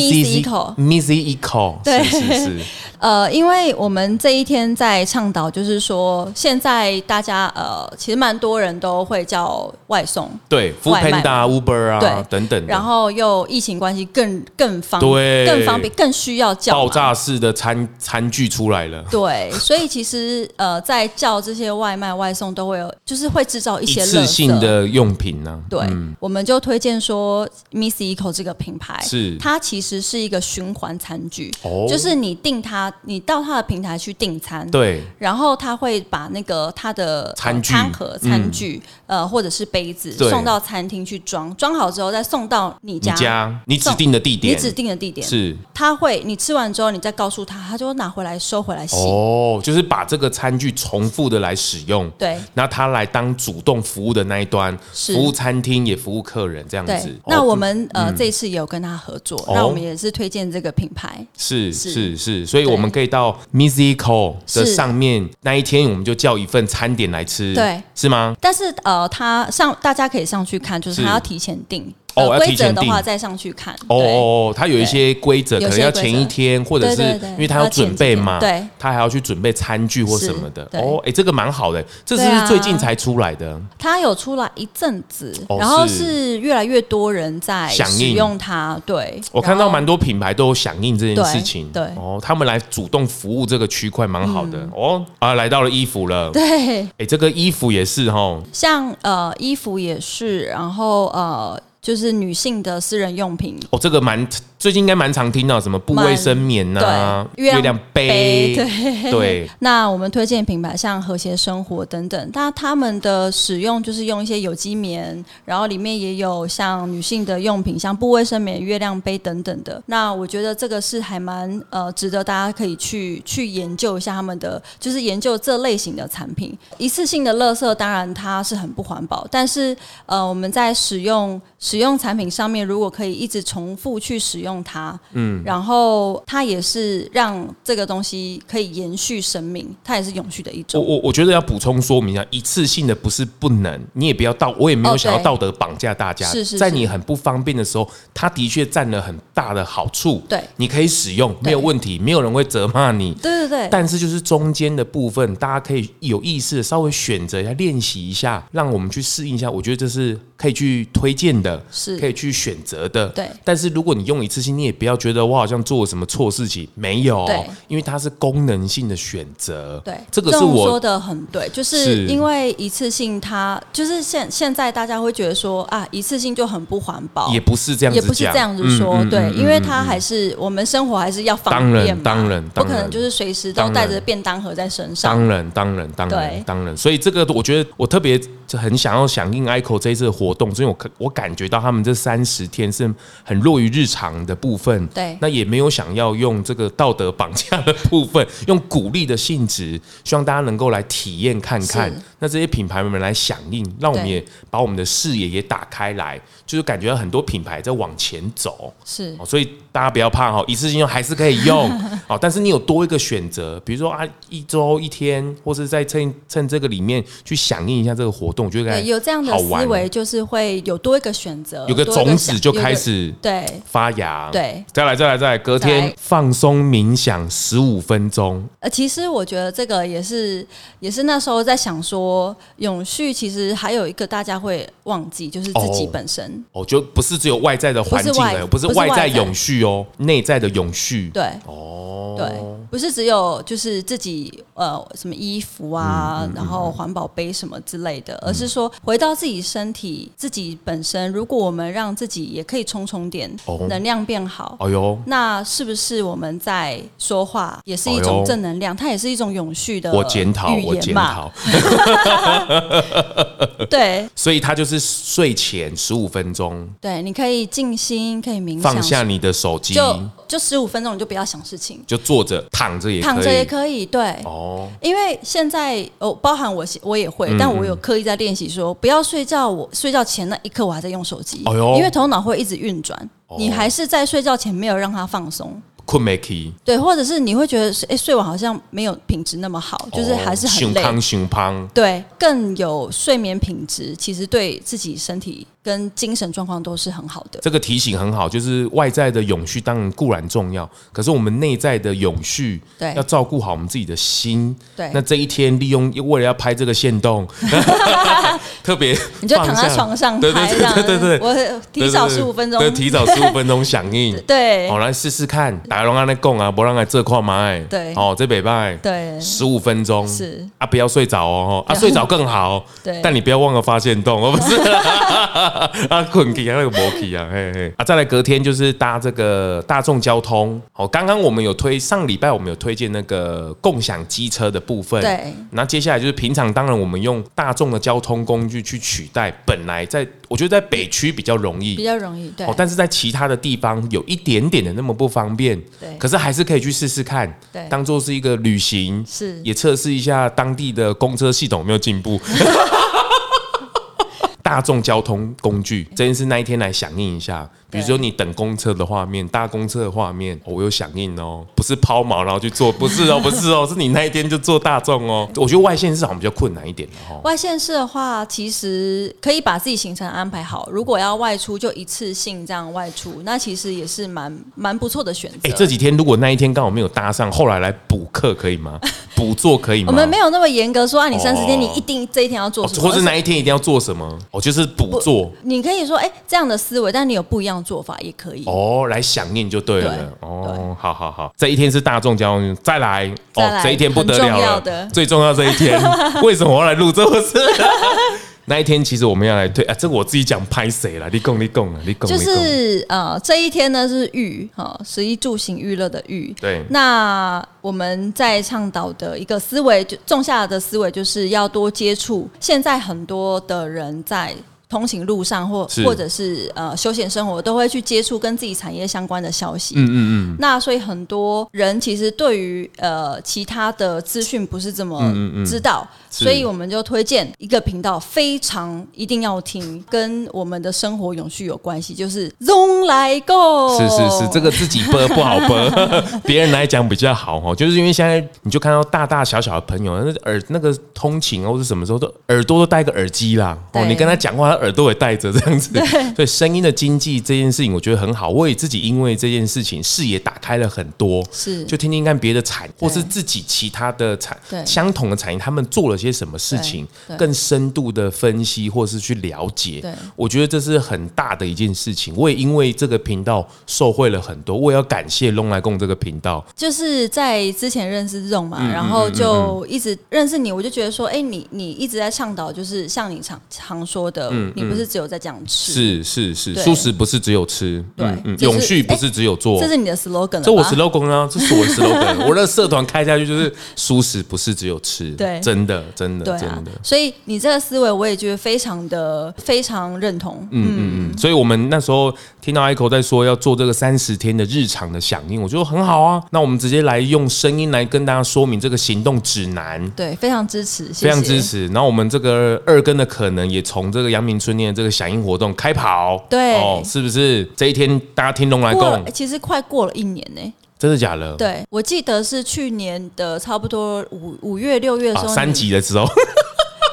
Speaker 2: ？Missy-Eco
Speaker 1: ？Missy Eco，
Speaker 2: 对
Speaker 1: 是是是，
Speaker 2: 呃，因为我们这一天在倡导，就是说现在大家呃，其实蛮多人都会叫外送，
Speaker 1: 对，Food
Speaker 2: [LAUGHS] 外卖
Speaker 1: Panda、Uber 啊
Speaker 2: 对
Speaker 1: 等等的，
Speaker 2: 然后又疫情关系更更方
Speaker 1: 对
Speaker 2: 更方便，更需要叫嘛
Speaker 1: 爆炸式的餐餐具出来了，
Speaker 2: 对，所以其实呃，在叫这些外卖外送都会有，就是会制造一
Speaker 1: 一
Speaker 2: 些
Speaker 1: 次
Speaker 2: 垃
Speaker 1: 性
Speaker 2: 圾。
Speaker 1: 的嗯用品呢、
Speaker 2: 对，我们就推荐说，Miss Eco 这个品牌
Speaker 1: 是
Speaker 2: 它其实是一个循环餐具，
Speaker 1: 哦
Speaker 2: 就是你订它，你到它的平台去订餐，
Speaker 1: 对，
Speaker 2: 然后他会把那个他的呃
Speaker 1: 餐具嗯
Speaker 2: 餐盒、餐具，呃，或者是杯子
Speaker 1: 对
Speaker 2: 送到餐厅去装，装好之后再送到你
Speaker 1: 你
Speaker 2: 家，
Speaker 1: 家你指
Speaker 2: 送
Speaker 1: 定的地
Speaker 2: 你
Speaker 1: 点
Speaker 2: 指定的地点。
Speaker 1: 是
Speaker 2: 他会，你吃完之后，你再告诉他，他就会拿回来收回来洗。
Speaker 1: 哦，就是把这个餐具重复的来使用，
Speaker 2: 对
Speaker 1: 那他来当主动服务的那一端，
Speaker 2: 是
Speaker 1: 服务餐厅也服务客人这样
Speaker 2: 对，
Speaker 1: 子。
Speaker 2: 那
Speaker 1: 哦
Speaker 2: 我们呃这一次也有跟他合作，那
Speaker 1: 哦
Speaker 2: 我们也是推荐这个品牌。
Speaker 1: 是
Speaker 2: 是
Speaker 1: 是是，所以我们可以到 Musical 的
Speaker 2: 是
Speaker 1: 上面那一天，我们就叫一份餐点来吃，
Speaker 2: 对，
Speaker 1: 是吗？
Speaker 2: 但是呃，他上大家可以上去看，就是
Speaker 1: 是
Speaker 2: 他要提前订，
Speaker 1: 哦
Speaker 2: 呃
Speaker 1: 要
Speaker 2: 规
Speaker 1: 提
Speaker 2: 则
Speaker 1: 前
Speaker 2: 的
Speaker 1: 定
Speaker 2: 话再上去看。
Speaker 1: 哦
Speaker 2: 对
Speaker 1: 哦，哦，他有一些规则，
Speaker 2: 有
Speaker 1: 可能
Speaker 2: 些
Speaker 1: 要
Speaker 2: 规
Speaker 1: 前
Speaker 2: 则
Speaker 1: 一天，或者
Speaker 2: 对
Speaker 1: 是
Speaker 2: 对对
Speaker 1: 因为他要
Speaker 2: 要前
Speaker 1: 准备
Speaker 2: 几天
Speaker 1: 嘛，
Speaker 2: 对，
Speaker 1: 他还要去准备餐具或
Speaker 2: 是
Speaker 1: 什么的。
Speaker 2: 对
Speaker 1: 哦，哎，这个蛮好的，这是
Speaker 2: 对
Speaker 1: 不是
Speaker 2: 啊
Speaker 1: 最近才出来的？
Speaker 2: 它有出来一阵子，
Speaker 1: 哦
Speaker 2: 然后
Speaker 1: 是
Speaker 2: 是越来越多人在
Speaker 1: 响
Speaker 2: 使
Speaker 1: 应
Speaker 2: 用它。对， [LAUGHS]
Speaker 1: 我看
Speaker 2: 然
Speaker 1: 到
Speaker 2: 后
Speaker 1: 蛮多品牌都有响应这件事情，
Speaker 2: 对对嗯
Speaker 1: 哦，他们来主动服务这个区块，蛮好的、哦啊，来到了衣服了，
Speaker 2: 对，
Speaker 1: 哎，这个衣服也是哈，
Speaker 2: 像呃衣服也是，然后呃就是女性的私人用品。
Speaker 1: 哦，这个蛮最近应该蛮常听到什么不
Speaker 2: 蛮
Speaker 1: 卫生棉呐、
Speaker 2: 对月亮
Speaker 1: 杯，
Speaker 2: 杯
Speaker 1: 对对
Speaker 2: 那我们推荐品牌像和谐生活等等，那他们的使用就是用一些有机棉，然后里面也有像女性的用品，像布卫生棉、月亮杯等等的。那我觉得这个是还蛮呃值得大家可以去去研究一下他们的，就是研究这类型的产品。一次性的垃圾当然它是很不环保，但是呃我们在使用使用产品上面，如果可以一直重复去使用它，
Speaker 1: 嗯
Speaker 2: 然后它也是让这个东西可以延续生命，它也是永续的一
Speaker 1: 我
Speaker 2: 种。
Speaker 1: 我我觉得要补充说明一下，啊一次性的不是不能，你也不要道，我也没有
Speaker 2: 哦
Speaker 1: 想要
Speaker 2: 对
Speaker 1: 道德绑架大家。
Speaker 2: 是是
Speaker 1: 在
Speaker 2: 是
Speaker 1: 你很不方便的时候，它的确占了很大的好处。
Speaker 2: 对
Speaker 1: 你可以使用，没有问题，没有人会责骂你。
Speaker 2: 对对对，
Speaker 1: 但是就是中间的部分，大家可以有意识的稍微选择一下，练习一下，让我们去适应一下。我觉得这是可以去推荐的，
Speaker 2: 是
Speaker 1: 可以去选择的。
Speaker 2: 对
Speaker 1: 但是如果你用一次性，你也不要觉得我好像做了什么错事情，没有
Speaker 2: 对，
Speaker 1: 因为它是功能性的选择。
Speaker 2: 对，
Speaker 1: 这个
Speaker 2: 仲
Speaker 1: 是我
Speaker 2: 说的很对，就是是因为一次性它就是现现在大家会觉得说啊，一次性就很不环保，
Speaker 1: 也不是这样子
Speaker 2: 也
Speaker 1: 讲，
Speaker 2: 不是这样子
Speaker 1: 嗯
Speaker 2: 说，
Speaker 1: 嗯
Speaker 2: 对，
Speaker 1: 嗯
Speaker 2: 因为它还是我们生活还是要方便嘛，
Speaker 1: 当然当然
Speaker 2: 不
Speaker 1: 当
Speaker 2: 可能
Speaker 1: 然
Speaker 2: 就是随时
Speaker 1: 当
Speaker 2: 都
Speaker 1: 然
Speaker 2: 带着便当盒在身上，
Speaker 1: 当然，当然，当然，
Speaker 2: 对
Speaker 1: 当然，所以这个我觉得我特别很想要响应 ICO 这一次的活动，所以我可我感觉到他们这三十天是很落于日常的部分，
Speaker 2: 对
Speaker 1: 那也没有想要用这个道德绑架的部分，用鼓励的性质，希望大家能够来体验看看
Speaker 2: 是。
Speaker 1: 那这些品牌们来响应，让我们
Speaker 2: 对
Speaker 1: 也把我们的视野也打开来，就是感觉到很多品牌在往前走。
Speaker 2: 是
Speaker 1: 哦，所以大家不要怕哈，一次性用还是可以
Speaker 2: [LAUGHS]
Speaker 1: 用哦，但是你有多一个选择，比如说啊，一周一天，或是在趁趁这个里面去响应一下这个活动，我觉得
Speaker 2: 对，有这样的
Speaker 1: 好
Speaker 2: 思
Speaker 1: 玩欸
Speaker 2: 维就是会有多一个选择，
Speaker 1: 有个
Speaker 2: 多一
Speaker 1: 种子
Speaker 2: 想
Speaker 1: 就
Speaker 2: 有一
Speaker 1: 开
Speaker 2: 个
Speaker 1: 始啊
Speaker 2: 对
Speaker 1: 发芽。
Speaker 2: 对，
Speaker 1: 再来再来再来，隔天
Speaker 2: 来
Speaker 1: 放松冥想十五分钟，
Speaker 2: 呃，其实我觉得这个也是，也是那时候在想说，永续其实还有一个大家会忘记，就是自己
Speaker 1: 哦
Speaker 2: 本身。
Speaker 1: 哦，就不是只有外在的环境
Speaker 2: 不是外
Speaker 1: 而已，不是
Speaker 2: 不是
Speaker 1: 外
Speaker 2: 外
Speaker 1: 在
Speaker 2: 在
Speaker 1: 永续哦，内在的永续。
Speaker 2: 对
Speaker 1: 哦，
Speaker 2: 对，不是只有就是自己呃什么衣服
Speaker 1: 嗯
Speaker 2: 啊，然后环保杯什么之类的，而是说回到自己身体、自己本身。如果我们让自己也可以充充电，
Speaker 1: 哦
Speaker 2: 能量变好，
Speaker 1: 哎呦，
Speaker 2: 那是不是我们在说话也是一
Speaker 1: 哎呦
Speaker 2: 种正能量？它也是一种永续的
Speaker 1: 我检讨，
Speaker 2: 语
Speaker 1: 我
Speaker 2: 言
Speaker 1: 检
Speaker 2: 嘛？
Speaker 1: 讨。
Speaker 2: [LAUGHS] 对
Speaker 1: 所以它就是睡前十五分钟，
Speaker 2: 对，你可以静心，可以冥想
Speaker 1: 放，下你的手机，
Speaker 2: 就就十五分钟，你就不要想事情，
Speaker 1: 就坐着躺着也可以，
Speaker 2: 躺着也可以。对，
Speaker 1: 哦，
Speaker 2: 因为现在哦，包含我我也
Speaker 1: 嗯
Speaker 2: 会，但我有刻意在练习说，不要睡觉，我睡觉前那一刻我还在用手机，
Speaker 1: 哎呦
Speaker 2: 因为头脑会一直运转，
Speaker 1: 哦
Speaker 2: 你还是在睡觉前没有让它放松。
Speaker 1: 困没起，
Speaker 2: 对，或者是你会觉得，哎、睡完好像没有品质那么好，就是还是很
Speaker 1: 哦胸。
Speaker 2: 累
Speaker 1: 康胸胖。
Speaker 2: 对，更有睡眠品质，其实对自己身体跟精神状况都是很好的。
Speaker 1: 这个提醒很好，就是外在的永续当然固然重要，可是我们内在的永续，
Speaker 2: 对
Speaker 1: 要照顾好我们自己的心。
Speaker 2: 对
Speaker 1: 那这一天利用为了要拍这个线
Speaker 2: [LAUGHS]
Speaker 1: 动，特别
Speaker 2: 你就躺在床上
Speaker 1: 对
Speaker 2: 拍
Speaker 1: 对
Speaker 2: 这样，
Speaker 1: 对对对对，
Speaker 2: 我提早
Speaker 1: 对对
Speaker 2: 十
Speaker 1: 对
Speaker 2: 五分钟，
Speaker 1: 对，提早十五分钟响应。
Speaker 2: [LAUGHS] 对
Speaker 1: 好，来试试看，大家拢安尼讲啊，不让来这块买，
Speaker 2: 对
Speaker 1: 哦，这北拜，
Speaker 2: 对
Speaker 1: 十五分钟
Speaker 2: 是
Speaker 1: 啊，不要睡着哦，啊，
Speaker 2: 不要
Speaker 1: 睡着更好，
Speaker 2: [LAUGHS] 对
Speaker 1: 但你不要忘了发现洞，哦，不
Speaker 2: [LAUGHS]
Speaker 1: 是 [LAUGHS] 啊，困起啊那个摩起啊，嘿嘿啊，再来隔天就是搭这个大众交通，好，刚刚我们有推上礼拜我们有推荐那个共享机车的部分，
Speaker 2: 对，
Speaker 1: 那接下来就是平常，当然我们用大众的交通工具去取代本来在，我觉得在北区比较容易
Speaker 2: 比，较容易。对，
Speaker 1: 哦，但是在其他的地方有一点点的那么不方便，
Speaker 2: 对
Speaker 1: 可是还是可以去试试看，
Speaker 2: 对
Speaker 1: 当做是一个旅行，
Speaker 2: 是
Speaker 1: 也测试一下当地的公车系统有没有进步。 [LAUGHS] 大众交通工具这件事那一天来响应一下，比如说你等公车的画面、搭公车的画面，哦我有响应哦，不是抛锚然后去做，不是哦， [LAUGHS] 不是哦，是你那一天就做大众哦。我觉得外线市场比较困难一点哦。
Speaker 2: 外县市的话，其实可以把自己行程安排好。如果要外出，就一次性这样外出，那其实也是蛮蛮不错的选择。
Speaker 1: 哎、这几天如果那一天刚好没有搭上，后来来补课可以吗？补做可以吗？
Speaker 2: 我们没有那么严格说，啊，你三十天
Speaker 1: 哦
Speaker 2: 你一定这一天要做
Speaker 1: 哦
Speaker 2: 什么，
Speaker 1: 或是
Speaker 2: 而且
Speaker 1: 那一天一定要做什么？哦，就是补做
Speaker 2: 你可以说，哎、这样的思维，但你有不一样的做法也可以。
Speaker 1: 哦，来响应就对了。
Speaker 2: 对
Speaker 1: 哦，好好好，这一天是大众交通运输，再来
Speaker 2: 再
Speaker 1: 哦
Speaker 2: 来，
Speaker 1: 这一天不得了
Speaker 2: 很重要
Speaker 1: 了
Speaker 2: 的，
Speaker 1: 最重要这一
Speaker 2: [LAUGHS]
Speaker 1: 天，为什么我要来录这个事？ [LAUGHS] 那一天其实我们要来推啊，这个我自己讲拍谁了？你供你供啊，你供
Speaker 2: 就
Speaker 1: 你供。
Speaker 2: 是呃，这一天呢是娱哈，十一住行娱乐的娱。
Speaker 1: 对
Speaker 2: 那我们在倡导的一个思维，就种下的思维就是要多接触。现在很多的人在。通勤路上或
Speaker 1: 是
Speaker 2: 或者是呃休闲生活，都会去接触跟自己产业相关的消息。
Speaker 1: 嗯嗯
Speaker 2: 那所以很多人其实对于呃其他的资讯不是这么知道，
Speaker 1: 嗯是
Speaker 2: 所以我们就推荐一个频道，非常一定要听，跟我们的生活永续有关系，就是 Zoom 来 Go。
Speaker 1: 嗯，是是
Speaker 2: 哦
Speaker 1: 是，这个自己播不好
Speaker 2: [LAUGHS]
Speaker 1: 播，别人来讲比较好哦。就是因为现在你就看到大大小小的朋友，那个耳那个通勤哦或是什么时候都耳朵都戴个耳机啦。哦，
Speaker 2: 对
Speaker 1: 你跟他讲话，他耳朵也戴着这样
Speaker 2: [LAUGHS]
Speaker 1: 子。所以声音的经济这件事情，我觉得很好。我也自己因为这件事情视野打开了很多，
Speaker 2: 是
Speaker 1: 就听听看别的产，或
Speaker 2: 对
Speaker 1: 是自己其他的产
Speaker 2: 对
Speaker 1: 相同的产业，他们做了些什么事情，
Speaker 2: 对对
Speaker 1: 更深度的分析或是去了解
Speaker 2: 对。
Speaker 1: 我觉得这是很大的一件事情。我也因为这个频道受惠了很多，我也要感谢龙来共这个频道。
Speaker 2: 就是在之前认识 Zone 嘛，
Speaker 1: 嗯
Speaker 2: 然后就一直认识你，我就觉得说，哎、你你一直在倡导，就是像你常常说的，你不是只有在讲吃，
Speaker 1: 嗯是是是，
Speaker 2: 对
Speaker 1: 素食不是只有吃，嗯
Speaker 2: 对就是
Speaker 1: 永续不是只有做
Speaker 2: 这。是你的 slogan 了吧
Speaker 1: 这我 slogan 啊，这是我 slogan，我的 [LAUGHS] 社团开下去就是素食不是只有吃，
Speaker 2: 对
Speaker 1: 真的真的
Speaker 2: 对
Speaker 1: 真
Speaker 2: 啊
Speaker 1: 的，，
Speaker 2: 所以你这个思维我也觉得非常的非常认同，
Speaker 1: 嗯嗯嗯，所以我们那时候听到 Echo 在说要做这个三十天的日常的响应，我觉得很好啊。那我们直接来用声音来跟大家说明这个行动指南。
Speaker 2: 对，非常支持，谢谢
Speaker 1: 非常支。持，然后我们这个二更的可能也从这个阳明春念这个响应活动开跑，哦
Speaker 2: 对
Speaker 1: 是不是？这一天大家听龙来
Speaker 2: 过
Speaker 1: 共
Speaker 2: 了，，其实快过了一年呢、
Speaker 1: 真的假的？
Speaker 2: 对，我记得是去年的差不多五五月六月的时
Speaker 1: 啊，
Speaker 2: 候，
Speaker 1: 三
Speaker 2: 你
Speaker 1: 级的时候，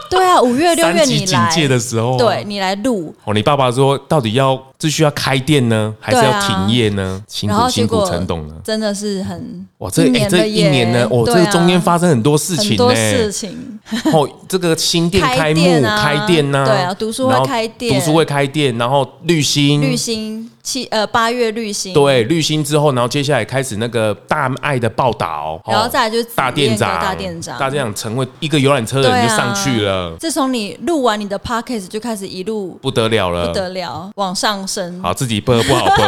Speaker 2: 对啊，五月六
Speaker 1: 三
Speaker 2: 月
Speaker 1: 级
Speaker 2: 你
Speaker 1: 警
Speaker 2: 来，
Speaker 1: 戒的时候，啊
Speaker 2: 对，你来录，
Speaker 1: 哦，你爸爸说到底要是需要开店呢，还是
Speaker 2: 对
Speaker 1: 要
Speaker 2: 啊
Speaker 1: 停业呢？辛
Speaker 2: 然后
Speaker 1: 苦
Speaker 2: 结
Speaker 1: 辛
Speaker 2: 果
Speaker 1: 苦陈董了。
Speaker 2: 真的是很
Speaker 1: 哇，这
Speaker 2: 一
Speaker 1: 哎
Speaker 2: 年
Speaker 1: 这
Speaker 2: 了
Speaker 1: 一
Speaker 2: 耶
Speaker 1: 年呢，哦，这
Speaker 2: 对
Speaker 1: 个
Speaker 2: 啊
Speaker 1: 中间发生很多事情呢，
Speaker 2: 很多事情，
Speaker 1: [LAUGHS] 哦，这个新店
Speaker 2: 开
Speaker 1: 开幕、
Speaker 2: 店啊
Speaker 1: 开店呐、
Speaker 2: 对啊读书会
Speaker 1: 然后
Speaker 2: 开店
Speaker 1: 读书会开店，然后绿星，
Speaker 2: 绿星七呃八月绿星，，
Speaker 1: 嗯对绿星之后，然后接下来开始那个大爱的报道，
Speaker 2: [LAUGHS] 然后再来就是
Speaker 1: 哦大店长，
Speaker 2: 大店长
Speaker 1: 大店长成为一个游览车的人
Speaker 2: 对
Speaker 1: 就
Speaker 2: 啊
Speaker 1: 上去了，
Speaker 2: 自从你录完你的 podcast 就开始一路
Speaker 1: 不得了了，
Speaker 2: 不得了往上升，
Speaker 1: 好，自己播不好播。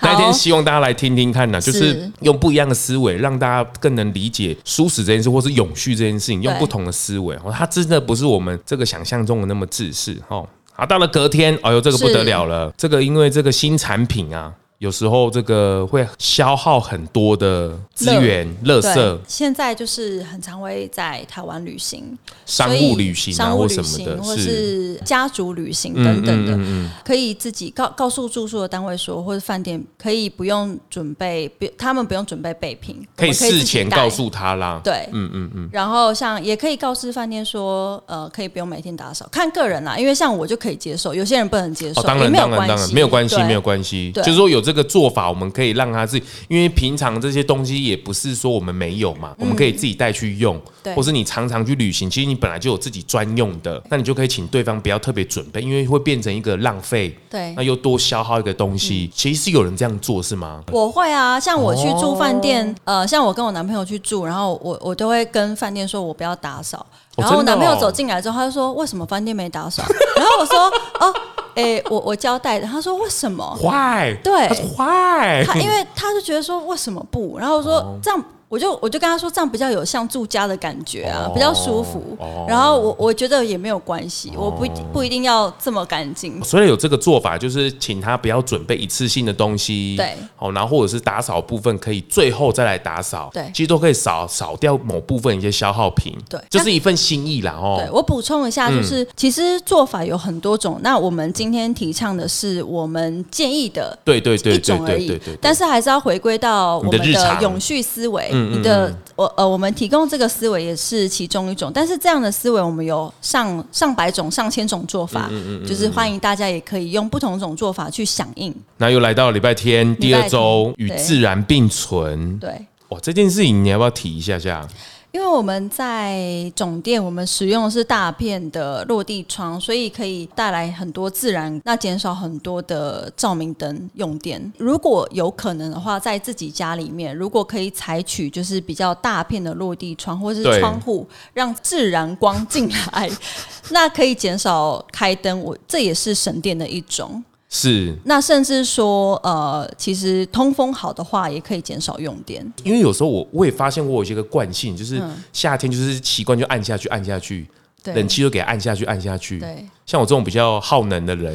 Speaker 1: 那一天希望大家来听听看呢，就是
Speaker 2: 是
Speaker 1: 用不一样的思维，让大家更能理解舒适这件事，或是永续这件事情，用
Speaker 2: 对
Speaker 1: 不同的思维。哦，它真的不是我们这个想象中的那么自私哦。好，到了隔天，哎呦，这个不
Speaker 2: 是
Speaker 1: 得了了，这个因为这个新产品啊。有时候这个会消耗很多的资源、垃圾
Speaker 2: 对，、现在就是很常会在台湾旅行，
Speaker 1: 商
Speaker 2: 所
Speaker 1: 务
Speaker 2: 以
Speaker 1: 旅行啊
Speaker 2: 商务
Speaker 1: 或
Speaker 2: 旅
Speaker 1: 什么的，嗯
Speaker 2: 行或是家族旅行等等的，可以自己告告诉住宿的单位说，或者饭店可以不用准备，不他们不用准备备品，
Speaker 1: 可以
Speaker 2: 我们自己
Speaker 1: 事前
Speaker 2: 带
Speaker 1: 告。诉他啦。
Speaker 2: 对，嗯嗯嗯，然后像也可以告知饭店说，呃，可以不用每天打扫，看个人啦，因为像我就可以接受，有些人不能接受，
Speaker 1: 哦，当
Speaker 2: 也
Speaker 1: 然，
Speaker 2: 没有
Speaker 1: 当然，
Speaker 2: 关
Speaker 1: 当
Speaker 2: 系，
Speaker 1: 然，没有关系，
Speaker 2: 对
Speaker 1: 没有关系。就
Speaker 2: 对
Speaker 1: 是说有这个做法，我们可以让他自己，因为平常这些东西也不是说我们没有嘛，我们可以自己带去用，
Speaker 2: 嗯对
Speaker 1: 或是你常常去旅行，其实你本来就有自己专用的，那你就可以请对方不要特别准备，因为会变成一个浪费，
Speaker 2: 对嗯
Speaker 1: 那又多消耗一个东西。其实是有人这样做是吗？
Speaker 2: 我会啊，像我去住饭店，
Speaker 1: 哦
Speaker 2: 呃，像我跟我男朋友去住，然后我我都会跟饭店说我不要打扫，然后我
Speaker 1: 真的哦
Speaker 2: 男朋友走进来之后，他就说为什么饭店没打扫？ [LAUGHS] 然后我说哦，诶、我我交代的。他说为什么？
Speaker 1: 坏，
Speaker 2: 对
Speaker 1: 他说坏，哦
Speaker 2: 他因为他就觉得说为什么不？然后我说、这样我就我就跟他说，这样比较有像住家的感觉啊，
Speaker 1: 哦
Speaker 2: 比较舒服。
Speaker 1: 哦
Speaker 2: 然后我我觉得也没有关系，我不一定不一定要这么干净。
Speaker 1: 所以有这个做法，就是请他不要准备一次性的东西，
Speaker 2: 对
Speaker 1: 好，然后或者是打扫部分可以最后再来打扫，
Speaker 2: 对
Speaker 1: 其实都可以少少掉某部分一些消耗品，
Speaker 2: 对
Speaker 1: 就是一份心意啦，哦
Speaker 2: 对，我补充一下，
Speaker 1: 嗯
Speaker 2: 就是、其实做法有很多种。那我们今天提倡的是我们建议的
Speaker 1: 对对对
Speaker 2: 一
Speaker 1: 对
Speaker 2: 种而
Speaker 1: 对
Speaker 2: 已
Speaker 1: 对对，，
Speaker 2: 但是还是要回归到我
Speaker 1: 你的
Speaker 2: 们
Speaker 1: 日
Speaker 2: 的
Speaker 1: 常嗯
Speaker 2: 永续思维。你的我呃，我们提供这个思维也是其中一种，但是这样的思维我们有上上百种、上千种做法，
Speaker 1: 嗯
Speaker 2: 就是欢迎大家也可以用不同种做法去响应。
Speaker 1: 那又来到礼拜天第二周，
Speaker 2: 礼
Speaker 1: 与
Speaker 2: 拜天对
Speaker 1: 自然并存。
Speaker 2: 对，
Speaker 1: 哇，这件事情你要不要提一下下？
Speaker 2: 因为我们在总店，我们使用的是大片的落地窗，所以可以带来很多自然，那减少很多的照明灯用电。如果有可能的话，在自己家里面，如果可以采取就是比较大片的落地窗或是
Speaker 1: 对
Speaker 2: 窗户，让自然光进来， [LAUGHS] 那可以减少开灯。我这也是省电的一种。
Speaker 1: 是
Speaker 2: 那甚至说，呃，其实通风好的话，也可以减少用电。
Speaker 1: 因为有时候我我也发现我有一些个惯性，就是夏天就是习惯就按下去按下去，
Speaker 2: 嗯对
Speaker 1: 冷气就给它按下去按下去。
Speaker 2: 对。
Speaker 1: 像我这种比较耗能的人，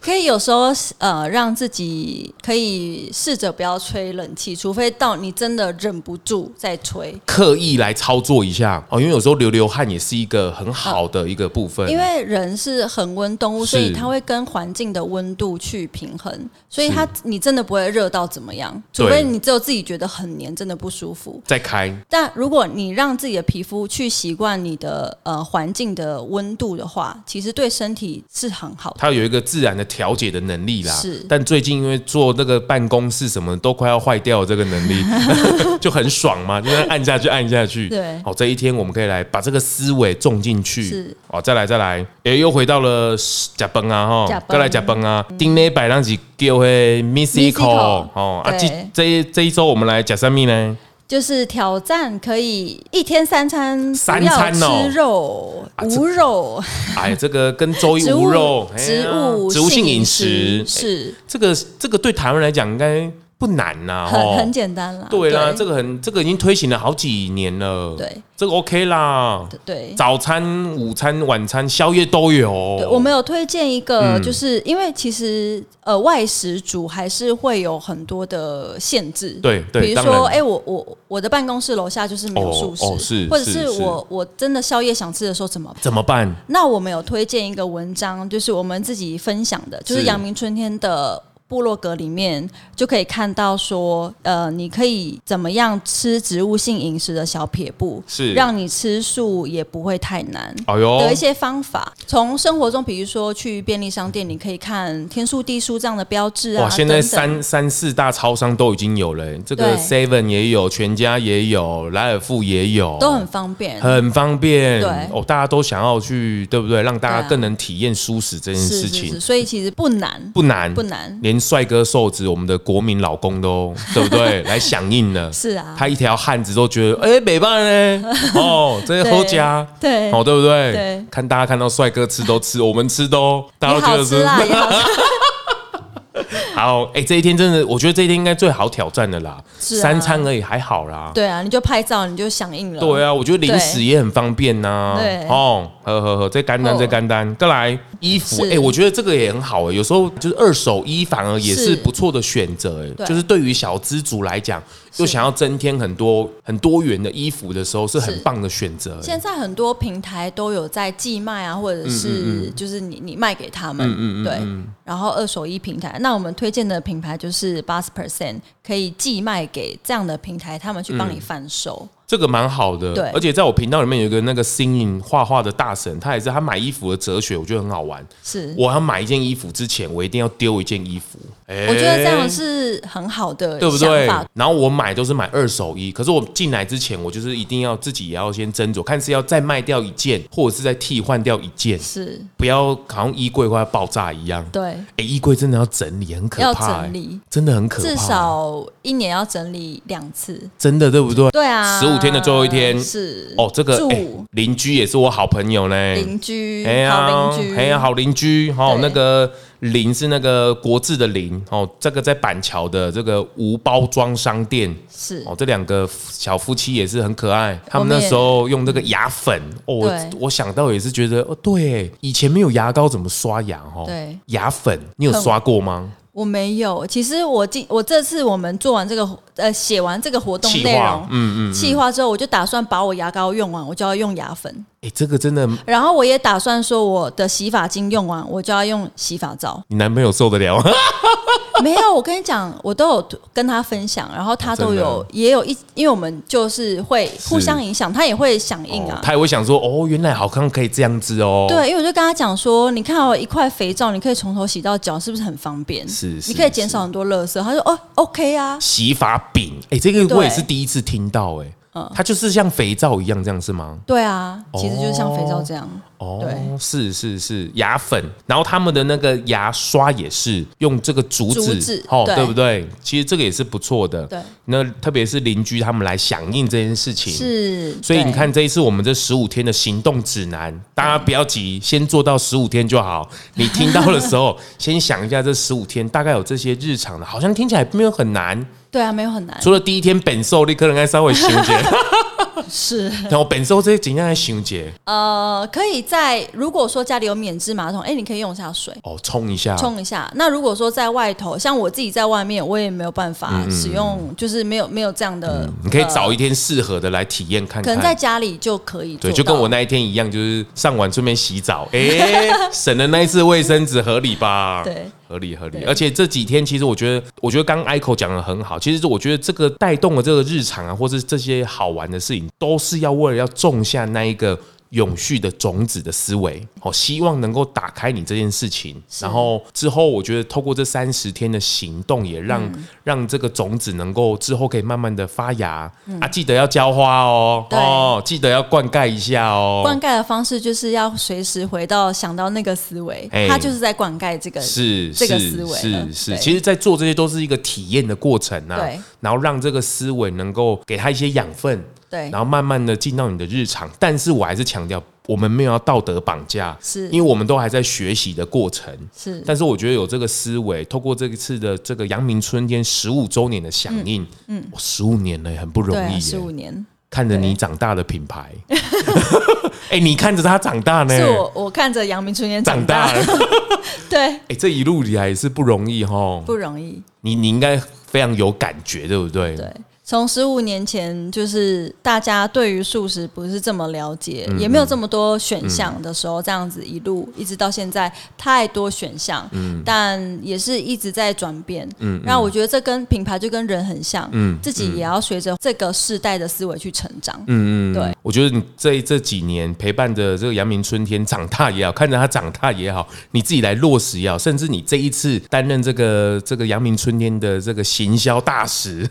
Speaker 2: 可以有时候呃，让自己可以试着不要吹冷气，除非到你真的忍不住再吹。
Speaker 1: 刻意来操作一下哦，因为有时候流流汗也是一个很好的一个部分。
Speaker 2: 因为人是恒温动物，所以
Speaker 1: 是
Speaker 2: 它会跟环境的温度去平衡，所以
Speaker 1: 是
Speaker 2: 它你真的不会热到怎么样，除
Speaker 1: 对
Speaker 2: 非你只有自己觉得很黏，真的不舒服。
Speaker 1: 再开，
Speaker 2: 但如果你让自己的皮肤去习惯你的呃环境的温度的话，其实对身体是很好的。
Speaker 1: 它有一个自然的调节的能力啦。
Speaker 2: 是
Speaker 1: 但最近因为做那个办公室什么都快要坏掉了这个能力， [LAUGHS] 就很爽嘛，就在按下去按下去。
Speaker 2: 对
Speaker 1: 好、这一天我们可以来把这个思维种进去。
Speaker 2: 是，
Speaker 1: 哦，再来再来，也又回到了假崩啊
Speaker 2: 吃
Speaker 1: 哈，
Speaker 2: 饭嗯
Speaker 1: 再来假崩啊，丁内百让几叫会 Missico 哦啊，
Speaker 2: 对
Speaker 1: 这这一这一周我们来假三咪呢？
Speaker 2: 就是挑战可以一天三餐不
Speaker 1: 三
Speaker 2: 要
Speaker 1: 餐哦
Speaker 2: 吃肉、
Speaker 1: 啊这
Speaker 2: 无肉。
Speaker 1: 哎，这个跟周一
Speaker 2: 植
Speaker 1: 无
Speaker 2: 物
Speaker 1: 肉，哎呀
Speaker 2: 植物
Speaker 1: 植物性饮食，哎
Speaker 2: 是
Speaker 1: 这个这个对台湾来讲应该不难呐、
Speaker 2: 很
Speaker 1: 哦
Speaker 2: 很简单啦。
Speaker 1: 对啦，这
Speaker 2: 个
Speaker 1: 个很，这个已经推行了好几年了。
Speaker 2: 对，
Speaker 1: 这个 OK 啦。
Speaker 2: 对。
Speaker 1: 早哦餐、午餐、晚餐、宵夜都有。
Speaker 2: 对我们有推荐一个，
Speaker 1: 嗯
Speaker 2: 就是因为其实呃外食族还是会有很多的限制，
Speaker 1: 对对
Speaker 2: 比如
Speaker 1: 当
Speaker 2: 说
Speaker 1: 然
Speaker 2: 哎、我我我的办公室楼下就是没有素食，
Speaker 1: 哦哦是
Speaker 2: 或者
Speaker 1: 是
Speaker 2: 是
Speaker 1: 是
Speaker 2: 我我真的宵夜想吃的时候怎么办？
Speaker 1: 怎么办？
Speaker 2: 那我们有推荐一个文章，就是我们自己分享的，就是
Speaker 1: 是
Speaker 2: 阳明春天的部落格里面就可以看到说，呃，你可以怎么样吃植物性饮食的小撇步，
Speaker 1: 是
Speaker 2: 让你吃素也不会太难。
Speaker 1: 哎呦，
Speaker 2: 的一些方法，从生活中，比如说去便利商店，你可以看天数地书这样的标志啊。
Speaker 1: 哇！现在
Speaker 2: 等等
Speaker 1: 三三四大超商都已经有了、哎这个
Speaker 2: 对
Speaker 1: Seven 也有，全家也有，莱尔富也有，
Speaker 2: 都很方便，
Speaker 1: 很方便。
Speaker 2: 对
Speaker 1: 哦，大家都想要去，对不对？让大
Speaker 2: 对
Speaker 1: 家
Speaker 2: 啊
Speaker 1: 更能体验舒适这件
Speaker 2: 是
Speaker 1: 事
Speaker 2: 是
Speaker 1: 情，
Speaker 2: 是，所以其实不难，
Speaker 1: 不难，
Speaker 2: 不难，
Speaker 1: 连帅哥瘦子，我们的国民老公都 [LAUGHS] 对不对？来响应了。
Speaker 2: [LAUGHS] 是啊，
Speaker 1: 他一条汉子都觉得，哎、北棒
Speaker 2: [LAUGHS]
Speaker 1: 呢？哦，这些
Speaker 2: 对
Speaker 1: 喝家，
Speaker 2: 对，
Speaker 1: 哦，对不对？
Speaker 2: 对
Speaker 1: 看大家看到帅哥吃都吃，我们吃
Speaker 2: [LAUGHS]
Speaker 1: 都，大家
Speaker 2: 也
Speaker 1: 都觉得
Speaker 2: 好吃
Speaker 1: 是
Speaker 2: 啦，也好吃，
Speaker 1: 好。哎、这一天真的，我觉得这一天应该最好挑战的啦，
Speaker 2: 是啊
Speaker 1: 三餐而已，还好啦。
Speaker 2: 对啊，你就拍照，你就响应了，
Speaker 1: [LAUGHS] 对啊，我觉得零食
Speaker 2: 对
Speaker 1: 也很方便呐、
Speaker 2: 对
Speaker 1: 哦，呵呵呵，这干单
Speaker 2: 哦
Speaker 1: 这干单，再来衣服，
Speaker 2: 是
Speaker 1: 哎、我觉得这个也很好哎、有时候就是二手衣反而也是
Speaker 2: 是
Speaker 1: 不错的选择哎、
Speaker 2: 对
Speaker 1: 就是对于小资族来讲，又想要增添很多很多元的衣服的时候，是很
Speaker 2: 是
Speaker 1: 棒的选择、哎
Speaker 2: 现在很多平台都有在寄卖啊，或者
Speaker 1: 嗯
Speaker 2: 是就是你你卖给他们，对。然后二手衣平台，那我们推荐的品牌就是八十 percent 可以寄卖给这样的平台，他们去帮你贩售。
Speaker 1: 这个蛮好的，
Speaker 2: 对
Speaker 1: 而且在我频道里面有一个那个 singing 画画的大神，他也是他买衣服的哲学，我觉得很好玩。
Speaker 2: 是，
Speaker 1: 我要买一件衣服之前，我一定要丢一件衣服。哎
Speaker 2: 我觉得这样是很好的
Speaker 1: 对不
Speaker 2: 想
Speaker 1: 对
Speaker 2: 法。？
Speaker 1: 然后我买都是买二手衣，可是我进来之前，我就是一定要自己也要先斟酌，看是要再卖掉一件，或者是再替换掉一件，
Speaker 2: 是，
Speaker 1: 不要好像衣柜快要爆炸一样。
Speaker 2: 对，
Speaker 1: 哎，衣柜真的要整理，很可
Speaker 2: 要
Speaker 1: 怕、
Speaker 2: 整
Speaker 1: 诶
Speaker 2: 理，
Speaker 1: 真的很可怕，欸
Speaker 2: 至少一年要整理两次。
Speaker 1: 真的对不对？
Speaker 2: 对啊，
Speaker 1: 15天的最后一天
Speaker 2: 是
Speaker 1: 哦，这个
Speaker 2: 住
Speaker 1: 哎邻居也是我好朋友呢，
Speaker 2: 邻居，
Speaker 1: 哎呀
Speaker 2: 好邻居，
Speaker 1: 哎呀，好邻居哦，
Speaker 2: 对
Speaker 1: 那个林是那个国字的林哦，这个在板桥的这个无包装商店
Speaker 2: 是
Speaker 1: 哦，这两个小夫妻也是很可爱。他们
Speaker 2: 我们
Speaker 1: 那
Speaker 2: 也
Speaker 1: 时候用这个牙粉哦，我
Speaker 2: 对
Speaker 1: 我想到也是觉得哦，对，以前没有牙膏怎么刷牙哦？
Speaker 2: 对，
Speaker 1: 牙粉你有
Speaker 2: 很
Speaker 1: 刷过吗？
Speaker 2: 我没有。其实我今我这次我们做完这个呃写完这个活动内容，
Speaker 1: 嗯嗯，
Speaker 2: 计划之后，我就打算把我牙膏用完，我就要用牙粉。
Speaker 1: 哎，这个真的，。
Speaker 2: 然后我也打算说，我的洗发精用完，我就要用洗发皂 [LAUGHS]
Speaker 1: 你男朋友受得了吗？ [LAUGHS]
Speaker 2: 没有，我跟你讲，我都有跟他分享，然后他都有、
Speaker 1: 哦真的
Speaker 2: 也有一，因为我们就是会互相影响，他也会响应
Speaker 1: 哦
Speaker 2: 啊。
Speaker 1: 他也会想说，哦，原来好看可以这样子哦。，
Speaker 2: 对，因为我就跟他讲说，你看哦，一块肥皂，你可以从头洗到脚，是不是很方便？
Speaker 1: 是是
Speaker 2: 你可以减少很多垃圾。他说哦，OK 啊，
Speaker 1: 洗发饼，哎，这个我也
Speaker 2: 对嗯
Speaker 1: 是第一次听到，哎，它就是像肥皂一样，这样是吗？
Speaker 2: 对啊，其实就是像肥皂这样。
Speaker 1: 哦
Speaker 2: 对，
Speaker 1: 是是是，牙粉，然后他们的那个牙刷也是用这个竹子，
Speaker 2: 竹子
Speaker 1: 哦，
Speaker 2: 对
Speaker 1: 对不对？其实这个也是不错的。
Speaker 2: 对，
Speaker 1: 那特别是邻居他们来响应这件事情。
Speaker 2: 是，
Speaker 1: 所以你
Speaker 2: 对
Speaker 1: 看，这一次我们这十五天的行动指南，大家不要急，先做到十五天就好。你听到的时候， [LAUGHS] 先想一下这十五天大概有这些日常的，好像听起来没有很难。
Speaker 2: 对啊，没有很难，
Speaker 1: 除了第一天本寿，你可能该稍微修结， [LAUGHS]
Speaker 2: 是。
Speaker 1: 然后本寿这些尽量来修结
Speaker 2: 呃，可以在如果说家里有免治马桶，哎、你可以用一下水
Speaker 1: 哦，冲一下，
Speaker 2: 冲一下。那如果说在外头，像我自己在外面，我也没有办
Speaker 1: 嗯
Speaker 2: 法使用，就是没有没有这样的。
Speaker 1: 你可以找
Speaker 2: 呃
Speaker 1: 一天适合的来体验看
Speaker 2: 可
Speaker 1: 看。
Speaker 2: 能在家里就可以做
Speaker 1: 对，
Speaker 2: 到。
Speaker 1: 就跟我那一天一样，就是上完顺便洗澡，
Speaker 2: [LAUGHS]
Speaker 1: 哎、省了那一次卫生纸，合理吧？
Speaker 2: 对，
Speaker 1: 合理合理。
Speaker 2: 对
Speaker 1: 而且这几天其实我觉得，我觉得刚 Ico 讲的很好，其实我觉得这个带动了这个日常啊，或是这些好玩的事情，都是要为了要种下那一个。永续的种子的思维，哦，希望能够打开你这件事情，然后之后，我觉得透过这三十天的行动，也让、
Speaker 2: 嗯
Speaker 1: 让这个种子能够之后可以慢慢的发芽、啊！记得要浇花哦，
Speaker 2: 嗯对
Speaker 1: 哦，记得要灌溉一下哦，
Speaker 2: 灌溉的方式就是要随时回到想到那个思维，
Speaker 1: 哎
Speaker 2: 它就是在灌溉这个
Speaker 1: 是
Speaker 2: 这个
Speaker 1: 是
Speaker 2: 思维了
Speaker 1: 是是，
Speaker 2: 对
Speaker 1: 其实，在做这些都是一个体验的过程啊
Speaker 2: 对，
Speaker 1: 然后让这个思维能够给他一些养分，
Speaker 2: 对
Speaker 1: 然后慢慢的进到你的日常。但是我还是强调，我们没有要道德绑架，
Speaker 2: 是
Speaker 1: 因为我们都还在学习的过程。
Speaker 2: 是
Speaker 1: 但是我觉得有这个思维，透过这一次的这个阳明春天十五周年的响应，嗯，十五年了，很不容易
Speaker 2: 对啊十
Speaker 1: 耶
Speaker 2: 五。年。
Speaker 1: 看着你长大的品牌，
Speaker 2: [LAUGHS]
Speaker 1: 哎，你看着他长大呢，
Speaker 2: 是我我看着阳明春天
Speaker 1: 哎长
Speaker 2: 长
Speaker 1: 大
Speaker 2: 大，
Speaker 1: 了，
Speaker 2: [LAUGHS] 对，
Speaker 1: 哎，这一路以来也是不容易哈，
Speaker 2: 不容易。
Speaker 1: 你你应该非常有感觉，对不对？
Speaker 2: 对，从十五年前，就是大家对于素食不是这么了解，也没有这么多选项的时候，这样子一路一直到现在，太多选项，但也是一直在转变。嗯，那我觉得这跟品牌就跟人很像，嗯，自己也要随着这个世代的思维去成长。嗯嗯，对，
Speaker 1: 我觉得你这这几年陪伴着这个阳明春天长大也好，看着他长大也好，你自己来落实也好，甚至你这一次担任这个这个阳明春天的这个行销大使、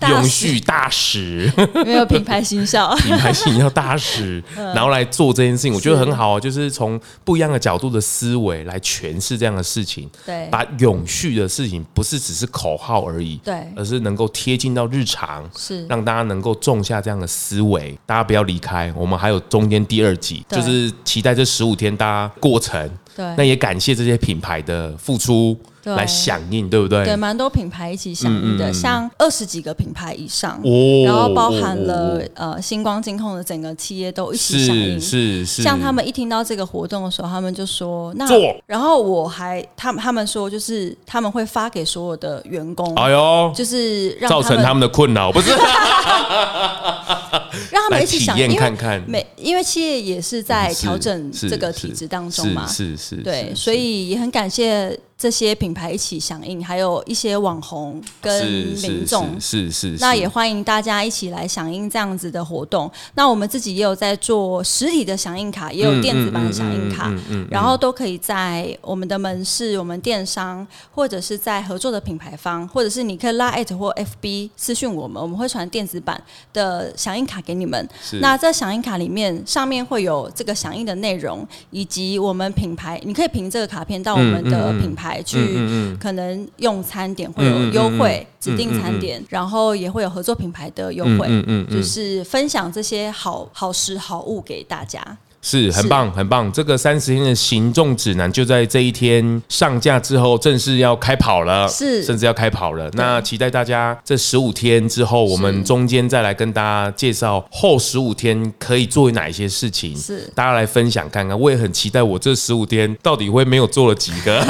Speaker 2: 大
Speaker 1: [LAUGHS]
Speaker 2: 使
Speaker 1: 永续大使、。
Speaker 2: 没有品牌形象 [LAUGHS]
Speaker 1: 品牌行销大使，
Speaker 2: 嗯
Speaker 1: 然后来做这件事情，我觉得很好啊，就是从不一样的角度的思维来诠释这样的事情，
Speaker 2: 对
Speaker 1: 把永续的事情不是只是口号而已，
Speaker 2: 对
Speaker 1: 而是能够贴近到日常，
Speaker 2: 是
Speaker 1: 让大家能够种下这样的思维。大家不要离开，我们还有中间第二季，
Speaker 2: 对
Speaker 1: 就是期待这十五天大家过程。
Speaker 2: 对
Speaker 1: 那也感谢这些品牌的付出
Speaker 2: 对
Speaker 1: 来响应，对不对？
Speaker 2: 对，蛮多品牌一起响应的，像二十几个品牌以上，
Speaker 1: 哦
Speaker 2: 然后包含
Speaker 1: 哦
Speaker 2: 了
Speaker 1: 哦
Speaker 2: 呃星光金控的整个企业都一起响应
Speaker 1: 是。是是，
Speaker 2: 像他们一听到这个活动的时候，他们就说那
Speaker 1: 做，
Speaker 2: 然后我还他们他们说就是他们会发给所有的员工，
Speaker 1: 哎呦，
Speaker 2: 就是让
Speaker 1: 造成他
Speaker 2: 们
Speaker 1: 们的困扰，不是？
Speaker 2: 让他们一起想，
Speaker 1: 来体验
Speaker 2: 因为
Speaker 1: 看看
Speaker 2: 每因为企业也是在调整
Speaker 1: 是
Speaker 2: 这个
Speaker 1: 是
Speaker 2: 体制当中嘛，
Speaker 1: 是是是，
Speaker 2: 对，
Speaker 1: 是
Speaker 2: 所以也很感谢这些品牌一起响应，还有一些网红跟
Speaker 1: 是是
Speaker 2: 民众
Speaker 1: 是是，是
Speaker 2: 那也欢迎大家一起来响应这样子的活动。那我们自己也有在做实体的响应卡，也
Speaker 1: 嗯
Speaker 2: 有电子版的响应卡，然后都可以在我们的门市、我们电商，或者是在合作的品牌方，或者是你可以拉艾特或 FB 私讯我们，我们会传电子版的响应卡给你们。
Speaker 1: 是
Speaker 2: 那在响应卡里面，上面会有这个响应的内容，以及我们品牌，你可以凭这个卡片到我们的
Speaker 1: 嗯
Speaker 2: 品牌去，可能用餐点会
Speaker 1: 嗯
Speaker 2: 有优惠，指定餐点，然后也会有合
Speaker 1: 嗯
Speaker 2: 作品牌的优惠，就是分享这些好好食好物给大家。
Speaker 1: 是很
Speaker 2: 是
Speaker 1: 棒，很棒。这个三十天的行动指南就在这一天上架之后，正式要开跑了，
Speaker 2: 是
Speaker 1: 甚至要开跑了。那期待大家这十五天之后，我们中间再来跟大家介绍后十五天可以做哪一些事情，
Speaker 2: 是
Speaker 1: 大家来分享看看。我也很期待我这十五天到底会没有做了几
Speaker 2: [LAUGHS]
Speaker 1: 个。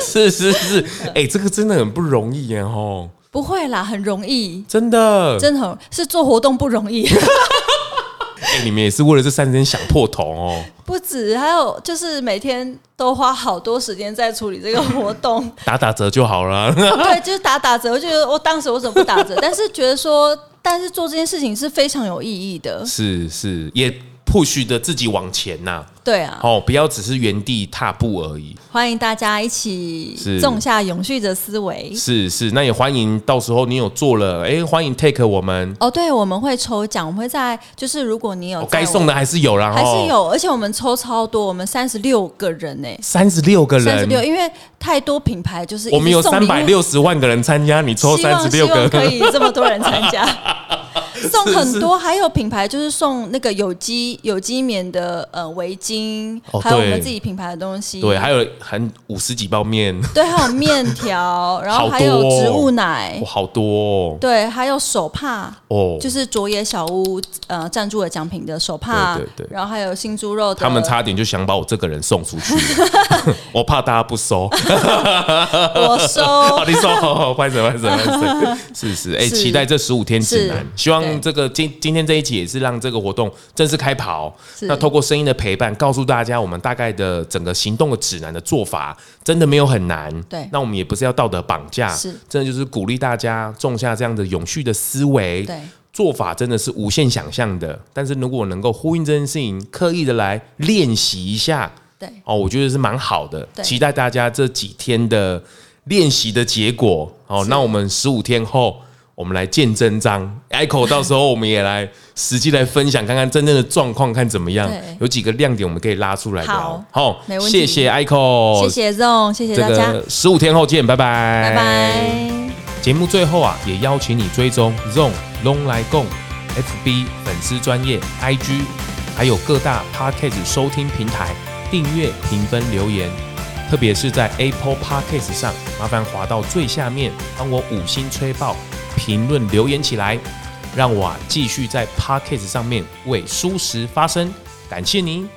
Speaker 1: 是是是，哎、这个真的很不容易耶吼，
Speaker 2: 不会啦，很容易，
Speaker 1: 真的，
Speaker 2: 真的很是做活动不容易， [LAUGHS]
Speaker 1: 哎、你们也是为了这三十天想破头哦。
Speaker 2: 不止，还有就是每天都花好多时间在处理这个活动，
Speaker 1: [LAUGHS] 打打折就好了。
Speaker 2: 对，就是打打折，我觉得我当时我怎么不打折，但是觉得说，但是做这件事情是非常有意义的，
Speaker 1: 是是，也 push 的自己往前呐、
Speaker 2: 对啊，
Speaker 1: 哦，不要只是原地踏步而已。
Speaker 2: 欢迎大家一起
Speaker 1: 是
Speaker 2: 种下永续的思维。
Speaker 1: 是是，那也欢迎到时候你有做了，哎，欢迎 take 我们，
Speaker 2: 哦，对，我们会抽奖，我们会在就是如果你有
Speaker 1: 哦
Speaker 2: 在
Speaker 1: 该送的还是有啦，哦
Speaker 2: 我们还是有，而且我们抽超多，我们三十六个人呢、
Speaker 1: 三十六个
Speaker 2: 三十
Speaker 1: 人，
Speaker 2: 六，因为太多品牌就是
Speaker 1: 我们有
Speaker 2: 一直送
Speaker 1: 三
Speaker 2: 礼物
Speaker 1: 百，六十万个人参加，你抽
Speaker 2: 希
Speaker 1: 三
Speaker 2: 望
Speaker 1: 十
Speaker 2: 希
Speaker 1: 六
Speaker 2: 望
Speaker 1: 个，
Speaker 2: 可以这么多人参
Speaker 1: [LAUGHS]
Speaker 2: 加，送很多，还有品牌就是送那个有机有机棉的呃围巾，
Speaker 1: 哦
Speaker 2: 还有我们
Speaker 1: 对
Speaker 2: 自己品牌的东西，
Speaker 1: [LAUGHS] 对，还有很五十几包
Speaker 2: [LAUGHS]
Speaker 1: 面，
Speaker 2: 对，还有面条，然后
Speaker 1: 好
Speaker 2: 还有
Speaker 1: 多哦
Speaker 2: 植物奶
Speaker 1: 哇，，好多哦
Speaker 2: 对，还有手帕。
Speaker 1: 哦，哦
Speaker 2: 就，是卓野小屋呃赞助的奖品的手帕，
Speaker 1: 对对对
Speaker 2: 然后还有新猪肉的，
Speaker 1: 他们差点就想把我这个人送出去，
Speaker 2: [LAUGHS]
Speaker 1: 我怕大家不收。 [LAUGHS]
Speaker 2: 我收
Speaker 1: 好，你说，好好，拍手，拍手，拍手，是是，哎，
Speaker 2: 是
Speaker 1: 期待这十五天指南
Speaker 2: 是，
Speaker 1: 希望
Speaker 2: 对
Speaker 1: 这个今今天这一集也是让这个活动正式开跑。
Speaker 2: 是
Speaker 1: 那透过声音的陪伴，告诉大家我们大概的整个行动的指南的做法，真的没有很难。
Speaker 2: 对
Speaker 1: 那我们也不是要道德绑架，
Speaker 2: 是
Speaker 1: 真的就是鼓励大家种下这样的永续的思维。
Speaker 2: 对。
Speaker 1: 做法真的是无限想象的，但是如果能够呼应这件事情，刻意的来练习一下，
Speaker 2: 对，
Speaker 1: 哦，我觉得是蛮好的，
Speaker 2: 对
Speaker 1: 期待大家这几天的练习的结果。哦，那我们十五天后，我们来见真章，Echo，到
Speaker 2: [LAUGHS]
Speaker 1: 时候我们也来实际来分享，看看真正的状况，看怎么样
Speaker 2: 对，
Speaker 1: 有几个亮点我们可以拉出来聊
Speaker 2: 好。
Speaker 1: 好
Speaker 2: 没问题
Speaker 1: 谢谢 Echo，
Speaker 2: 谢谢 Zong，谢谢
Speaker 1: 哦这
Speaker 2: 大家，
Speaker 1: 个哎十五天后见，拜拜，
Speaker 2: 拜拜。
Speaker 1: 节目最后啊，也邀请你追踪 Zone Long 来共 FB 粉丝专业 IG，还有各大 Podcast 收听平台订阅、评分、留言。特别是在 Apple Podcast 上，麻烦滑到最下面，帮我五星吹爆，评论留言起来，让我啊继续在 Podcast 上面为舒适发声。感谢您。